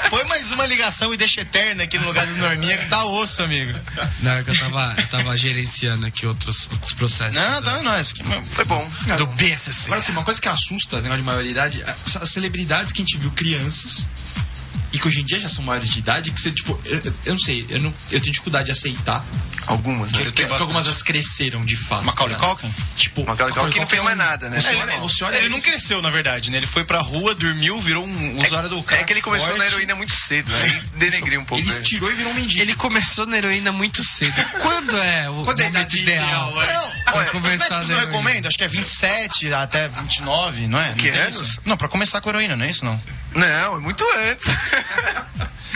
Speaker 3: Põe mais uma ligação e deixa eterna aqui no lugar do Norminha, que tá osso, amigo.
Speaker 2: Não, é que eu tava, eu tava gerenciando aqui outros, outros processos. do-
Speaker 3: Não, tá nós.
Speaker 4: Foi bom.
Speaker 2: Do PSC.
Speaker 6: Agora, assim, uma coisa que assusta, negócio de maioridade, as as celebridades que a gente viu crianças e que hoje em dia já são maiores de idade, que você, tipo, eu, eu- eu não sei, eu, não, eu tenho dificuldade de aceitar
Speaker 4: Algumas, né?
Speaker 6: que, que algumas elas cresceram de fato.
Speaker 3: Macaulay
Speaker 6: cara.
Speaker 3: Culkin?
Speaker 6: Tipo,
Speaker 4: Macaulay Culkin não fez mais nada, né?
Speaker 6: Você
Speaker 4: É,
Speaker 6: olha,
Speaker 4: ele-
Speaker 6: você olha
Speaker 3: Ele não cresceu, na verdade, né? Ele foi pra rua, dormiu, virou um usuário do carro.
Speaker 4: É que ele começou na
Speaker 3: forte.
Speaker 4: heroína muito cedo, né? Aí denegriu um pouco.
Speaker 6: Ele
Speaker 4: ele.
Speaker 6: estirou e virou um mendigo.
Speaker 2: Ele começou na heroína muito cedo. Quando é o
Speaker 6: Quando é a
Speaker 2: momento
Speaker 3: tá
Speaker 6: idade
Speaker 2: ideal?
Speaker 6: ideal, é?
Speaker 3: Não,
Speaker 4: Olha,
Speaker 3: olha, os
Speaker 2: começar
Speaker 3: médicos
Speaker 2: na
Speaker 3: não
Speaker 2: heroína.
Speaker 3: recomendam, acho que é 27 até 29, não é?
Speaker 4: Que
Speaker 3: não, tem
Speaker 4: anos?
Speaker 3: isso? não, pra começar com heroína, não é isso não.
Speaker 4: Não, é muito antes.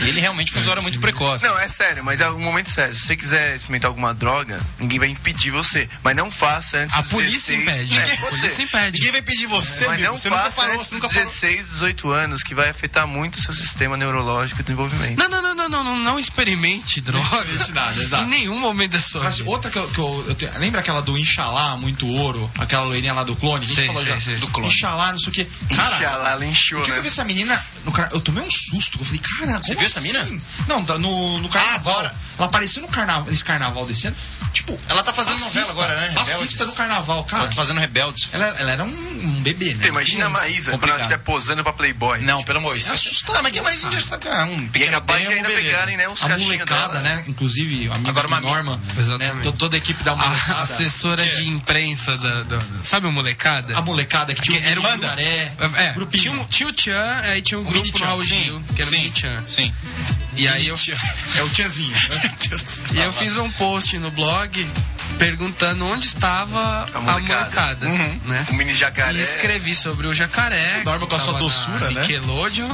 Speaker 3: Ele realmente foi um usuário muito precoce.
Speaker 4: Não, é sério, mas é um momento sério. Se você quiser experimentar alguma droga, ninguém vai impedir você. Mas não faça antes
Speaker 2: A
Speaker 4: dos
Speaker 2: polícia
Speaker 4: 16,
Speaker 2: impede.
Speaker 4: É,
Speaker 2: A polícia
Speaker 4: você.
Speaker 2: impede.
Speaker 3: Ninguém vai pedir você,
Speaker 4: Mas
Speaker 3: amigo.
Speaker 4: não
Speaker 3: você nunca
Speaker 4: faça
Speaker 3: falou,
Speaker 4: antes
Speaker 3: você
Speaker 4: dos
Speaker 3: nunca falou.
Speaker 4: 16, 18 anos, que vai afetar muito o seu sistema neurológico e desenvolvimento.
Speaker 2: Não, não, não, não, não, não, não experimente drogas. Não
Speaker 6: experimente nada, exato.
Speaker 2: Em nenhum momento é da sua
Speaker 6: Mas assim,
Speaker 2: vida.
Speaker 6: outra que eu, que eu- eu tenho- lembra aquela do Inxalá, muito ouro? Aquela loirinha lá do clone? A gente
Speaker 2: Sei,
Speaker 6: falou
Speaker 2: sei,
Speaker 6: já.
Speaker 2: sei.
Speaker 6: Do clone. Inxalá, não sei o quê. Cara,
Speaker 4: Inxalá, ela
Speaker 6: O
Speaker 4: inchou,
Speaker 6: dia que
Speaker 4: né?
Speaker 6: eu vi essa menina, no cara, eu tomei um susto. que Eu falei, cara,
Speaker 3: Você
Speaker 6: como
Speaker 3: viu essa
Speaker 6: assim?
Speaker 3: mina?
Speaker 6: Não, da- no, no carnaval.
Speaker 3: agora.
Speaker 6: Ela apareceu no carnaval, nesse carnaval desse ano. Tipo,
Speaker 3: Ela tá fazendo novela agora, né?
Speaker 6: Passista do carnaval,
Speaker 3: Ela
Speaker 6: cara.
Speaker 3: tá fazendo rebeldes.
Speaker 6: Ela, ela era um, um bebê, né?
Speaker 4: Pô, Imagina a Maísa quando ela
Speaker 6: Complicado.
Speaker 4: estiver posando pra Playboy.
Speaker 3: Não, pelo amor de Deus.
Speaker 6: É assustador,
Speaker 3: Ah, mas que mais a gente já sabe que é um
Speaker 4: E é
Speaker 3: pequeno
Speaker 4: capaz de
Speaker 3: demo,
Speaker 4: ainda
Speaker 3: beleza.
Speaker 4: pegarem, né, os
Speaker 6: A
Speaker 4: cachinhos dela.
Speaker 6: molecada, né? Inclusive, a amiga
Speaker 3: Agora
Speaker 6: do
Speaker 3: uma-
Speaker 6: Norma.
Speaker 2: Exatamente.
Speaker 6: Né? to- Toda a equipe da
Speaker 2: A
Speaker 6: molecada.
Speaker 2: assessora de imprensa da, da- da- Sabe o molecada?
Speaker 6: É. A molecada que tinha
Speaker 2: era o
Speaker 6: um Banda.
Speaker 2: É,
Speaker 6: Grupinho.
Speaker 2: tinha, um- tinha o Tchan, aí tinha o grupo do
Speaker 3: Mini-chan.
Speaker 2: Raul Gil, que era o
Speaker 3: sim,
Speaker 2: Mini-Chan.
Speaker 3: sim.
Speaker 2: E aí eu,
Speaker 6: É o Tianzinho.
Speaker 3: Meu Deus do
Speaker 2: e
Speaker 3: céu.
Speaker 2: eu fiz um post no blog perguntando onde estava a molecada,
Speaker 4: molecada.
Speaker 6: Uhum.
Speaker 2: né?
Speaker 4: O mini jacaré.
Speaker 2: E escrevi sobre o jacaré.
Speaker 6: Norma com a
Speaker 2: que
Speaker 6: sua
Speaker 2: tava na
Speaker 6: doçura, né?
Speaker 2: Nickelodeon.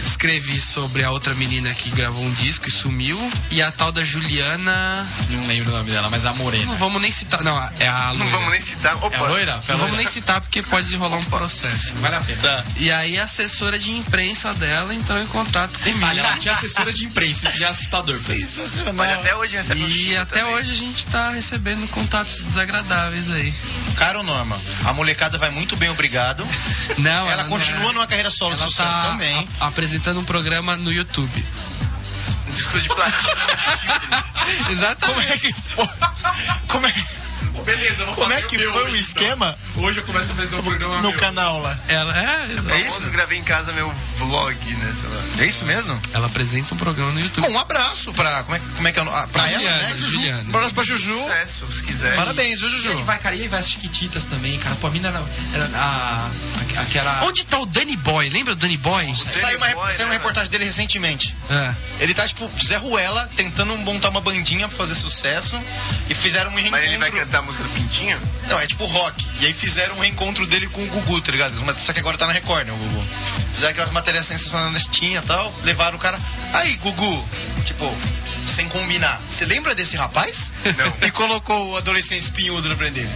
Speaker 2: Escrevi sobre a outra menina que gravou um disco e sumiu. E a tal da Juliana.
Speaker 6: Não lembro o nome dela, mas a
Speaker 2: Não
Speaker 6: Morena.
Speaker 2: vamos nem citar. Não, é a
Speaker 4: Não
Speaker 2: loira.
Speaker 4: vamos nem citar. Opa,
Speaker 6: É a loira? Foi a
Speaker 2: Não vamos
Speaker 6: loira?
Speaker 2: nem citar porque pode rolar um processo.
Speaker 6: Vale a pena.
Speaker 2: E aí a assessora de imprensa dela entrou em contato comigo.
Speaker 6: Olha, ela tinha assessora de imprensa, isso já é assustador. Sensacional.
Speaker 4: Olha, até hoje recebe um
Speaker 2: E
Speaker 4: xingo
Speaker 2: até
Speaker 4: também.
Speaker 2: hoje a gente tá recebendo contatos desagradáveis aí.
Speaker 3: Cara ou Norma? A molecada vai muito bem, obrigado.
Speaker 2: Não, é.
Speaker 3: Ela continua numa carreira solo de
Speaker 2: Ela
Speaker 3: sucesso
Speaker 2: tá
Speaker 3: também.
Speaker 2: a- apresentando um programa no YouTube.
Speaker 4: Disco de platina.
Speaker 2: Exatamente.
Speaker 3: Como é que foi? Como é,
Speaker 6: Beleza, vamos
Speaker 3: como é que foi o esquema
Speaker 6: Hoje eu começo a fazer um programa
Speaker 3: no canal lá?
Speaker 2: Ela é, exato.
Speaker 4: É isso? Gravei em casa meu vlog, né? Sei lá.
Speaker 3: É isso mesmo?
Speaker 2: Ela apresenta um programa no YouTube.
Speaker 3: Bom, um abraço pra. Como é, como é que é o nome? Ah, Pra
Speaker 2: Juliana,
Speaker 3: ela, né? Juju.
Speaker 2: Juliana.
Speaker 3: Um abraço pra Juju.
Speaker 4: Sucesso, se quiser.
Speaker 3: Parabéns, viu, Juju?
Speaker 6: Vai, cara, e aí vai as Chiquititas também, cara. Pô, a mina era, era a, a- aquela...
Speaker 2: Onde tá o Danny Boy? Lembra do Danny Boy?
Speaker 3: Saiu uma,
Speaker 4: Boy,
Speaker 3: saiu uma
Speaker 4: né,
Speaker 3: reportagem dele recentemente.
Speaker 2: É.
Speaker 3: Ele tá, tipo, Zé Ruela tentando montar uma bandinha pra fazer sucesso. E fizeram um
Speaker 4: Mas ele vai
Speaker 3: reencontro.
Speaker 4: cantar a música do Pintinho?
Speaker 3: Não, é tipo rock. E aí fizeram um reencontro dele com o Gugu, tá ligado? Mas- Só que agora tá na Record, né, o Gugu? Fizeram aquelas matérias sensacionais tinha e tal, levaram o cara. Aí, Gugu, tipo, sem combinar. Você lembra desse rapaz?
Speaker 4: Não.
Speaker 3: E colocou o adolescente espinhudo na frente dele.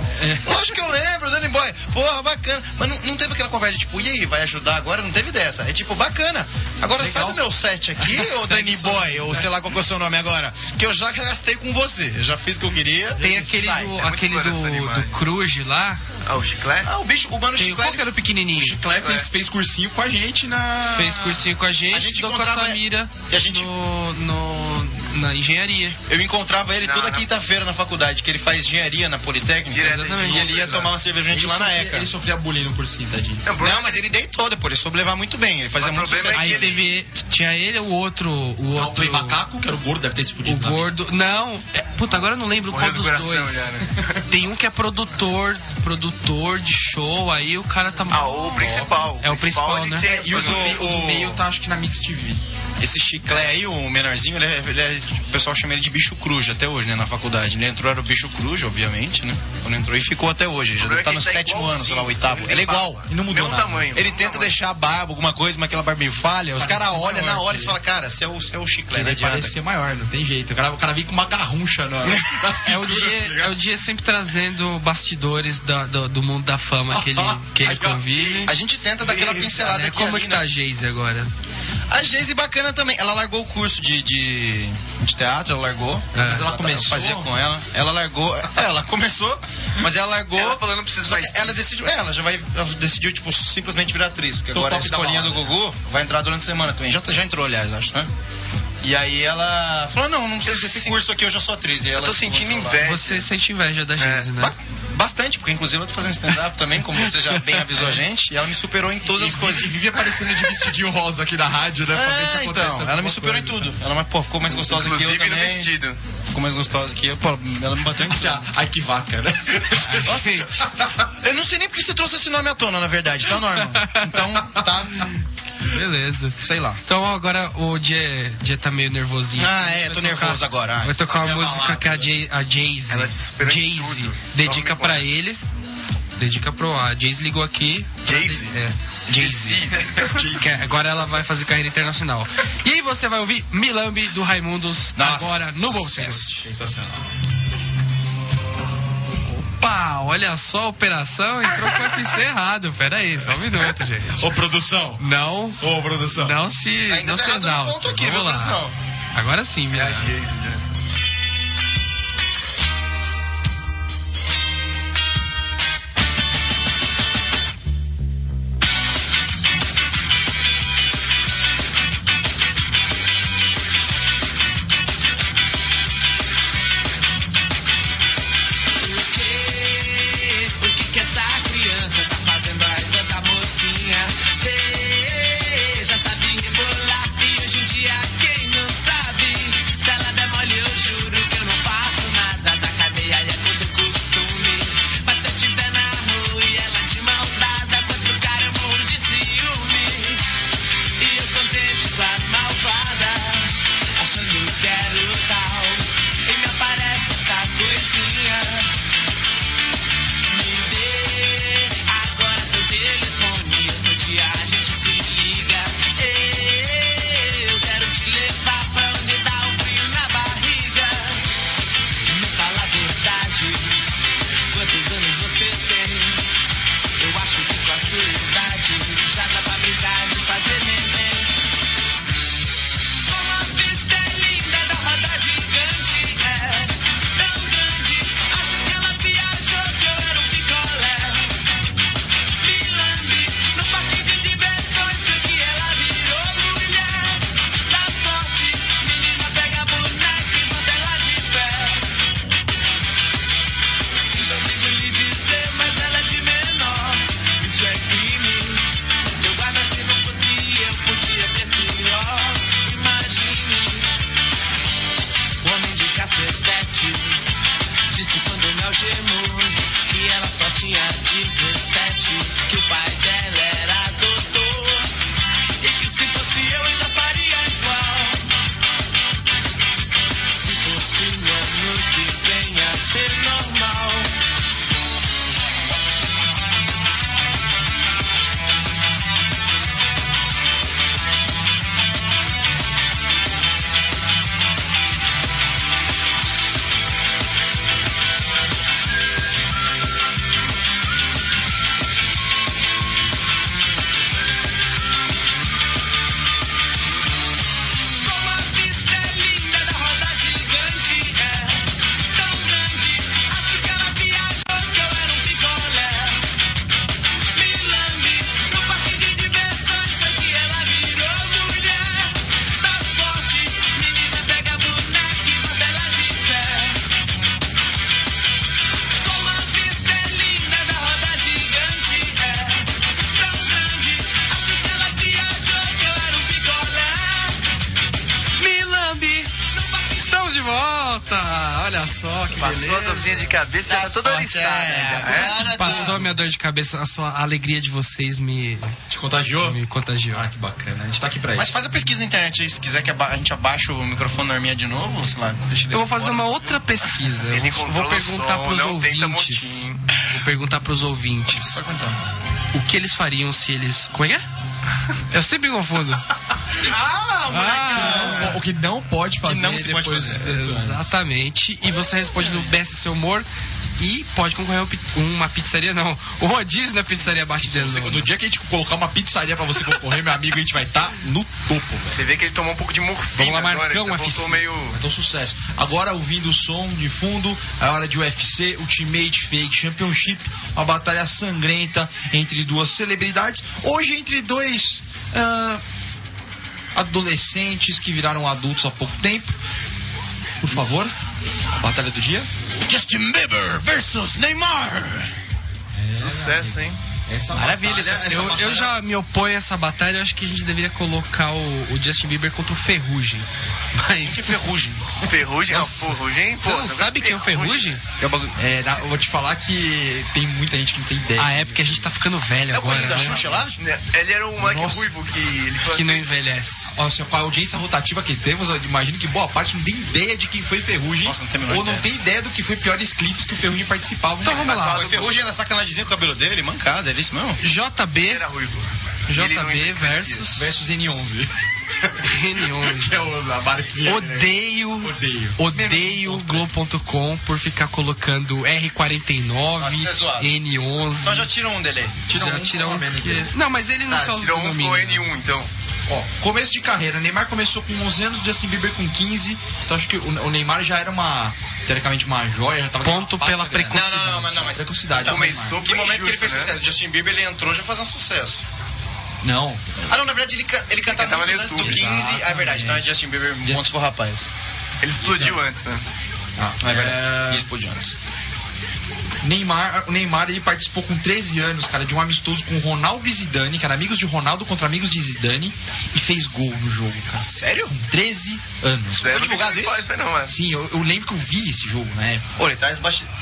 Speaker 3: Lógico que eu lembro, Danny Boy. Porra, bacana. Mas não, não teve aquela conversa, tipo, e aí, vai ajudar agora? Não teve dessa. É tipo, bacana. Agora sai do meu set aqui, ô Danny Boy, ou sei lá qual que é o seu nome agora. Que eu já gastei com você. Eu já fiz o que eu queria.
Speaker 2: Tem aquele
Speaker 6: é
Speaker 3: Sai.
Speaker 2: do,
Speaker 4: muito
Speaker 2: aquele
Speaker 4: bom essa
Speaker 2: do,
Speaker 4: animagem.
Speaker 2: do Cruz lá.
Speaker 4: Ah, o Chiclé?
Speaker 3: Ah, o bicho, o mano
Speaker 2: Tem, qual
Speaker 3: Chiclete
Speaker 2: que era o pequenininho?
Speaker 6: Clef
Speaker 4: É.
Speaker 6: fez, fez cursinho com a gente na...
Speaker 2: Fez cursinho com a gente,
Speaker 3: A gente
Speaker 2: estudou com
Speaker 3: encontrava-
Speaker 2: a Samira
Speaker 3: e a gente-
Speaker 2: no, no- na engenharia.
Speaker 3: Eu encontrava ele
Speaker 4: Não,
Speaker 3: toda
Speaker 4: não.
Speaker 3: quinta-feira na faculdade, que ele faz engenharia na Politécnica.
Speaker 4: Direto,
Speaker 3: E ele ia tomar uma cerveja com a gente lá na
Speaker 6: sofria-
Speaker 3: ECA.
Speaker 6: Ele sofria bullying no cursinho, tadinho.
Speaker 4: Não, Bruno,
Speaker 3: Não, mas ele deitou depois, ele soube levar muito bem, ele fazia
Speaker 4: Mas o
Speaker 3: muito
Speaker 4: problema
Speaker 3: sucesso.
Speaker 4: é
Speaker 2: Aí
Speaker 4: ele-
Speaker 2: teve. Tinha ele, o outro. O
Speaker 6: Ah, o Play
Speaker 2: outro.
Speaker 6: Macaco, que era o gordo, deve ter se
Speaker 2: O
Speaker 6: fudido também.
Speaker 2: gordo. Não, é, puta, agora eu não lembro
Speaker 4: Morreu
Speaker 2: qual
Speaker 4: do
Speaker 2: dos
Speaker 4: coração
Speaker 2: dois.
Speaker 4: já, né?
Speaker 2: Tem um que é produtor, produtor de show, aí o cara tá
Speaker 4: Ah, o principal.
Speaker 2: É o principal,
Speaker 4: ele
Speaker 2: né?
Speaker 4: tinha- um
Speaker 3: E os- o,
Speaker 6: O meio tá, acho que na Mix TV.
Speaker 3: Esse chiclé aí, o menorzinho, ele, é- ele é- o pessoal chama ele de bicho cruja até hoje, né, na faculdade. Ele entrou, era o bicho cruja, obviamente, né? Quando entrou e ficou até hoje, ele já
Speaker 4: O
Speaker 3: deve estar
Speaker 4: problema
Speaker 3: no
Speaker 4: é que ele tá
Speaker 3: sétimo ano, sei lá,
Speaker 4: igualzinho.
Speaker 3: oitavo. Ele é igual.
Speaker 4: barba.
Speaker 6: E não mudou
Speaker 4: Mesmo
Speaker 6: nada.
Speaker 4: tamanho.
Speaker 3: Ele
Speaker 4: mesmo
Speaker 3: tenta
Speaker 4: tamanho.
Speaker 3: deixar a barba, alguma coisa, mas aquela barba meio falha. Os caras olham na hora e falam, cara, você é o, você é o chiclé,
Speaker 6: Ele
Speaker 3: não
Speaker 6: vai
Speaker 3: adianta.
Speaker 6: parecer maior, não tem jeito. O cara, o cara vem com uma garruncha na, na
Speaker 2: É o,
Speaker 6: cintura, tá
Speaker 2: dia,
Speaker 6: ligado?
Speaker 2: é o dia sempre trazendo bastidores da- do, do mundo da fama que ele, que ele convive.
Speaker 3: A gente tenta dar aquela pincelada
Speaker 2: Né?
Speaker 3: aqui
Speaker 2: Como é
Speaker 3: ali,
Speaker 2: que
Speaker 3: né?
Speaker 2: tá a Geise agora?
Speaker 3: A Geise bacana também. Ela largou o curso de, de, de teatro, ela largou.
Speaker 2: Mas
Speaker 6: ela
Speaker 3: tá-
Speaker 6: começou?
Speaker 3: Fazia com ela. Ela largou. é, Ela começou, mas ela largou.
Speaker 4: Ela falou, "Não preciso
Speaker 3: Só que
Speaker 4: mais
Speaker 3: Ela decidiu. é, Ela já vai. Ela decidiu, tipo, simplesmente virar atriz. Porque
Speaker 6: Tô
Speaker 3: agora a
Speaker 6: top da
Speaker 3: escolinha do
Speaker 6: balada.
Speaker 3: Gugu vai entrar durante a semana também. Já, já entrou, aliás, acho, né? E aí ela falou: não, não precisa
Speaker 4: Eu
Speaker 3: desse
Speaker 4: sin-
Speaker 3: curso aqui, eu já sou atriz. E ela,
Speaker 4: Eu tô
Speaker 3: tipo,
Speaker 4: sentindo
Speaker 3: entrou lá.
Speaker 4: inveja.
Speaker 2: Você sente inveja da Geise, né?
Speaker 3: Ba- Bastante, porque inclusive eu tô fazendo stand-up também, como você já bem avisou a gente, e ela me superou em todas as coisas.
Speaker 6: E vive aparecendo de vestidinho rosa aqui na rádio, né? pra ver se
Speaker 3: É,
Speaker 6: acontece
Speaker 3: então, ela
Speaker 6: alguma
Speaker 3: me superou em
Speaker 6: coisa.
Speaker 3: tudo. Ela, mas, pô, ficou mais gostosa que eu
Speaker 4: Inclusive no
Speaker 3: também.
Speaker 4: vestido.
Speaker 3: Ficou mais gostosa que eu. Pô, ela me bateu em tudo.
Speaker 6: Ah, Ai, que vaca, né?
Speaker 2: Nossa, gente.
Speaker 3: Eu não sei nem porque você trouxe esse nome à tona, na verdade, tá, Norma? Então, tá,
Speaker 2: Beleza.
Speaker 3: sei lá.
Speaker 2: Então agora o Jay, Jay tá meio nervosinho.
Speaker 3: Ah, é, tô
Speaker 2: Vai tocar-
Speaker 3: nervoso agora. ai.
Speaker 2: Vai tocar uma música que a Jay- a Jay-Z
Speaker 4: Ela te superou em
Speaker 2: Jay Z
Speaker 4: tudo.
Speaker 2: dedica
Speaker 4: Então,
Speaker 2: pra
Speaker 4: vamos
Speaker 2: ele. Dedica pro A. Jay-Z ligou aqui. pra-
Speaker 4: Jay-Z?
Speaker 2: É. Jay-Z. Que agora ela vai fazer carreira internacional. E aí você vai ouvir Milambi do Raimundos
Speaker 3: Nossa,
Speaker 2: agora no Bom Senso.
Speaker 3: sucesso.
Speaker 6: Sensacional.
Speaker 2: Pá, olha só a operação. Entrou com o UFC errado. Pera aí, só um minuto, gente.
Speaker 6: Ô, produção.
Speaker 2: Não,
Speaker 6: Ô, produção.
Speaker 2: não se,
Speaker 3: Ainda
Speaker 2: não
Speaker 3: tá
Speaker 2: se
Speaker 3: errado no
Speaker 2: exalta.
Speaker 3: ponto aqui,
Speaker 2: Vamos
Speaker 3: viu,
Speaker 2: lá.
Speaker 3: produção?
Speaker 2: Agora sim, Milambi.
Speaker 4: Jason, Jason.
Speaker 14: O que que essa criança tá fazendo aí tanta mocinha? Vê, já sabe rebolar e hoje em dia quem não sabe? Se ela der mole eu é é é um um é algemou, que ela só tinha 17, que o pai dela era doutor, e que se fosse eu ainda faria igual. Se fosse um ano que venha a ser normal. Como a vista é linda da roda gigante, é tão grande. Acho que ela viajou que eu era um picolé. Me lambe no parque de diversões, só que ela virou mulher. Tá forte, menina pega boneca e bota ela de pé. Como a vista é linda da roda gigante, é tão grande. Acho que ela viajou que eu era um picolé.
Speaker 2: Milambi! Estamos de volta! Olha só que
Speaker 4: Passou a
Speaker 2: beleza. é,
Speaker 4: dorzinha de cabeça, já tá toda oriçada. né?
Speaker 3: Agora
Speaker 2: Passou a minha dor de cabeça, a sua alegria de vocês me,
Speaker 6: Te contagiou?
Speaker 2: me contagiou.
Speaker 6: Ah, que bacana. A gente tá aqui pra
Speaker 3: Mas
Speaker 6: isso.
Speaker 3: faz a pesquisa na internet aí, se quiser que aba- a gente abaixe o microfone da Norminha de novo, sei lá. Deixa ele
Speaker 2: Eu vou fazer uma outra pesquisa.
Speaker 4: Ele
Speaker 2: Eu vou
Speaker 4: controla o
Speaker 2: perguntar
Speaker 4: som,
Speaker 2: pros
Speaker 4: não tenta
Speaker 2: ouvintes.
Speaker 4: motim.
Speaker 2: Vou perguntar pros ouvintes. O que eles fariam se eles. Como é que é? Eu sempre me confundo. Ah,
Speaker 6: O que não pode fazer
Speaker 3: não se pode
Speaker 6: depois
Speaker 3: fazer.
Speaker 6: dos 18 anos.
Speaker 2: Exatamente. E você responde no Best Seu Humor e pode concorrer a um pi- uma pizzaria, não. O rodízio na pizzaria Batidão.
Speaker 6: Você- No dia que a gente colocar uma pizzaria pra você concorrer, meu amigo, a gente vai estar no topo, velho.
Speaker 4: Você vê que ele tomou um pouco de morfina
Speaker 2: Vamos lá,
Speaker 4: agora,
Speaker 2: Marcão,
Speaker 4: ele voltou
Speaker 2: FC.
Speaker 4: meio...
Speaker 6: Então, sucesso. Agora, ouvindo o som de fundo, é hora de UFC, Ultimate Fake Championship, uma batalha sangrenta entre duas celebridades. Hoje, entre dois ah, adolescentes que viraram adultos há pouco tempo. Por favor, a batalha do dia.
Speaker 3: Justin Bieber versus Neymar.
Speaker 4: Sucesso, hein?
Speaker 6: Essa
Speaker 3: Maravilha,
Speaker 6: batalha-
Speaker 3: né?
Speaker 6: essa
Speaker 2: Eu,
Speaker 6: batalha-
Speaker 2: eu já me oponho a essa batalha, eu acho que a gente deveria colocar o, o Justin Bieber contra o Ferrugem. Mas.
Speaker 3: Que ferrugem.
Speaker 4: Ferrugem, não, ferrugem, pô.
Speaker 2: Você não sabe quem é o Ferrugem?
Speaker 6: É um bagulho- é, na- eu vou te falar que tem muita gente que não tem ideia.
Speaker 2: Ah, é porque a gente tá ficando velho agora.
Speaker 3: Coisa da
Speaker 2: né?
Speaker 3: Xuxa lá?
Speaker 4: Ele era um moleque
Speaker 6: Nossa.
Speaker 4: ruivo que... Ele foi
Speaker 2: Que não envelhece.
Speaker 6: Ah, Ó, é senhor, com a audiência rotativa que temos, eu imagino que boa parte não tem ideia de quem foi Ferrugem.
Speaker 3: Nossa, não tem a menor
Speaker 6: ou não
Speaker 3: ideia.
Speaker 6: tem ideia do que foi piores clipes que o Ferrugem participava. né?
Speaker 2: Então vamos lá.
Speaker 3: Foi ferrugem era sacanagemzinha com o cabelo dele, mancada, era isso mesmo?
Speaker 2: JB,
Speaker 4: era ruivo. Ele não
Speaker 2: JB
Speaker 4: envelhecia.
Speaker 2: versus
Speaker 6: Versus N11.
Speaker 2: N11.
Speaker 6: é o- a barquinha. né?
Speaker 2: Odeio,
Speaker 6: Odeio.
Speaker 2: odeio Globo.com por ficar colocando R49,
Speaker 3: isso é zoado. Só
Speaker 6: Então
Speaker 2: N11.
Speaker 3: já tirou um dele aí.
Speaker 2: Tira um, tira um que- Não, mas ele não
Speaker 4: Ah,
Speaker 2: só usa
Speaker 4: tirou
Speaker 2: o
Speaker 4: um
Speaker 2: condomínio.
Speaker 4: ficou N1, então.
Speaker 6: Ó, começo de carreira. Neymar começou com 11 anos, Justin Bieber com 15. Então acho que o o Neymar já era uma, teoricamente, uma joia. Já tava
Speaker 2: Ponto pela
Speaker 6: precocidade.
Speaker 2: precocidade.
Speaker 3: Não, não, não, mas não, mas-
Speaker 6: Precocidade. do
Speaker 4: Começou
Speaker 3: Que
Speaker 4: foi
Speaker 3: momento que ele
Speaker 4: injusto,
Speaker 3: fez
Speaker 4: né?
Speaker 3: sucesso? Justin Bieber, ele entrou já fazendo sucesso.
Speaker 6: Neymar. Não.
Speaker 3: Ah, não, na verdade ele, can- ele cantava
Speaker 4: cantava
Speaker 3: muito
Speaker 4: no
Speaker 3: antes do
Speaker 4: YouTube.
Speaker 3: 15. Ah, é verdade, então é Justin Bieber, pontos pro rapaz.
Speaker 4: Ele explodiu antes, né?
Speaker 6: Ah,
Speaker 3: É verdade. E explodiu antes.
Speaker 6: Neymar, o Neymar ele participou com 13 anos, cara, de um amistoso com Ronaldo e Zidane, cara, amigos de Ronaldo contra amigos de Zidane, e fez gol no jogo, cara. Sério? Com 13 anos.
Speaker 4: Foi
Speaker 3: divulgado isso?
Speaker 4: Foi não, é.
Speaker 6: Sim, eu, eu lembro que eu vi esse jogo na época.
Speaker 3: Pô, ele traz basti... do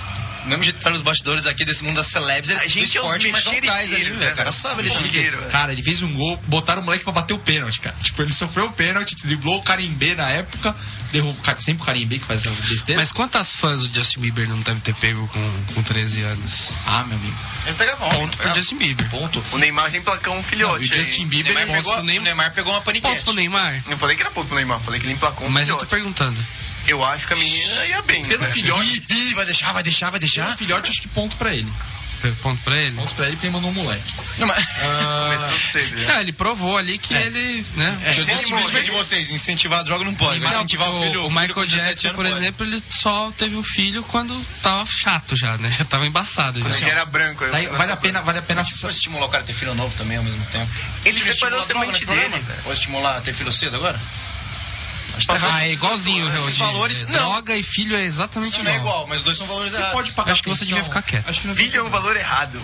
Speaker 3: mesmo jeito que traz os bastidores aqui desse mundo das celebs, ele
Speaker 4: A gente
Speaker 3: do
Speaker 4: é os
Speaker 3: esporte, mas não traz ali,
Speaker 4: mexeriqueiros,
Speaker 3: velho.
Speaker 4: né,
Speaker 3: O cara
Speaker 4: velho?
Speaker 3: sabe, ele
Speaker 4: Pô,
Speaker 3: sabe.
Speaker 4: Dinheiro, é.
Speaker 6: Cara, ele fez um gol, botaram o moleque pra bater o pênalti, cara. Tipo, ele sofreu o pênalti, driblou o Carimbê na época, derrubou cara, sempre o Carimbê que faz essas besteiras.
Speaker 2: Mas quantas fãs o Justin Bieber não deve ter pego com, com 13 anos?
Speaker 6: Ah, meu amigo.
Speaker 3: Ele pegava ontem.
Speaker 2: Ponto pro Justin Bieber.
Speaker 6: Ponto.
Speaker 4: O Neymar tem placão um
Speaker 6: Não, e o
Speaker 4: filhote. aí.
Speaker 6: Justin
Speaker 3: O
Speaker 6: Bieber.
Speaker 3: Neymar, pegou,
Speaker 2: pro Neymar.
Speaker 3: o Neymar pegou uma
Speaker 2: Ponto pro
Speaker 3: paniquete.
Speaker 2: Neymar.
Speaker 4: Não falei que era pouco pro Neymar, falei que ele emplacou um
Speaker 2: Mas eu tô
Speaker 4: filhote.
Speaker 2: perguntando.
Speaker 4: Eu acho que a menina ia bem.
Speaker 6: Pelo
Speaker 4: né?
Speaker 6: filhote,
Speaker 3: Ih, vai deixar, vai deixar, vai
Speaker 6: pelo
Speaker 3: deixar.
Speaker 6: filhote, acho que ponto pra ele.
Speaker 2: Ponto pra ele.
Speaker 6: Ponto pra ele porque ele mandou um moleque.
Speaker 3: Não, mas...
Speaker 4: Começou cedo. né?
Speaker 2: Ah, ele provou ali que
Speaker 3: É.
Speaker 2: ele, né?
Speaker 3: Eu
Speaker 4: se ele
Speaker 3: disse simplesmente
Speaker 4: morrer-
Speaker 3: vocês, incentivar a droga não pode, mas
Speaker 2: Não,
Speaker 3: incentivar o filho...
Speaker 2: o
Speaker 3: filho com
Speaker 2: Michael
Speaker 3: 17
Speaker 2: Jackson,
Speaker 3: anos é.
Speaker 2: por
Speaker 3: pode.
Speaker 2: exemplo, ele só teve o filho quando tava chato já, né? Já tava embaçado.
Speaker 4: Acho
Speaker 2: Já.
Speaker 4: que era branco.
Speaker 3: tá
Speaker 4: eu-
Speaker 6: Daí, vale a pena, vale a pena.
Speaker 3: Tipo, estimular o cara a ter filho novo também ao mesmo tempo.
Speaker 4: Ele
Speaker 3: Tipo,
Speaker 4: separou
Speaker 3: estimular
Speaker 4: a
Speaker 3: droga
Speaker 4: semente
Speaker 3: nesse programa?
Speaker 4: dele, velho.
Speaker 3: Ou estimular a ter filho cedo agora? tá-
Speaker 2: Ah, é igualzinho,
Speaker 3: Esses
Speaker 2: Realdinho.
Speaker 3: valores- não.
Speaker 2: Droga e filho é exatamente
Speaker 3: Isso não é igual, mas os dois são valores
Speaker 6: Você
Speaker 3: errados.
Speaker 6: pode pagar
Speaker 2: Acho que você
Speaker 6: pensão.
Speaker 2: devia ficar quieto.
Speaker 6: Acho que não
Speaker 4: Filho é um valor errado.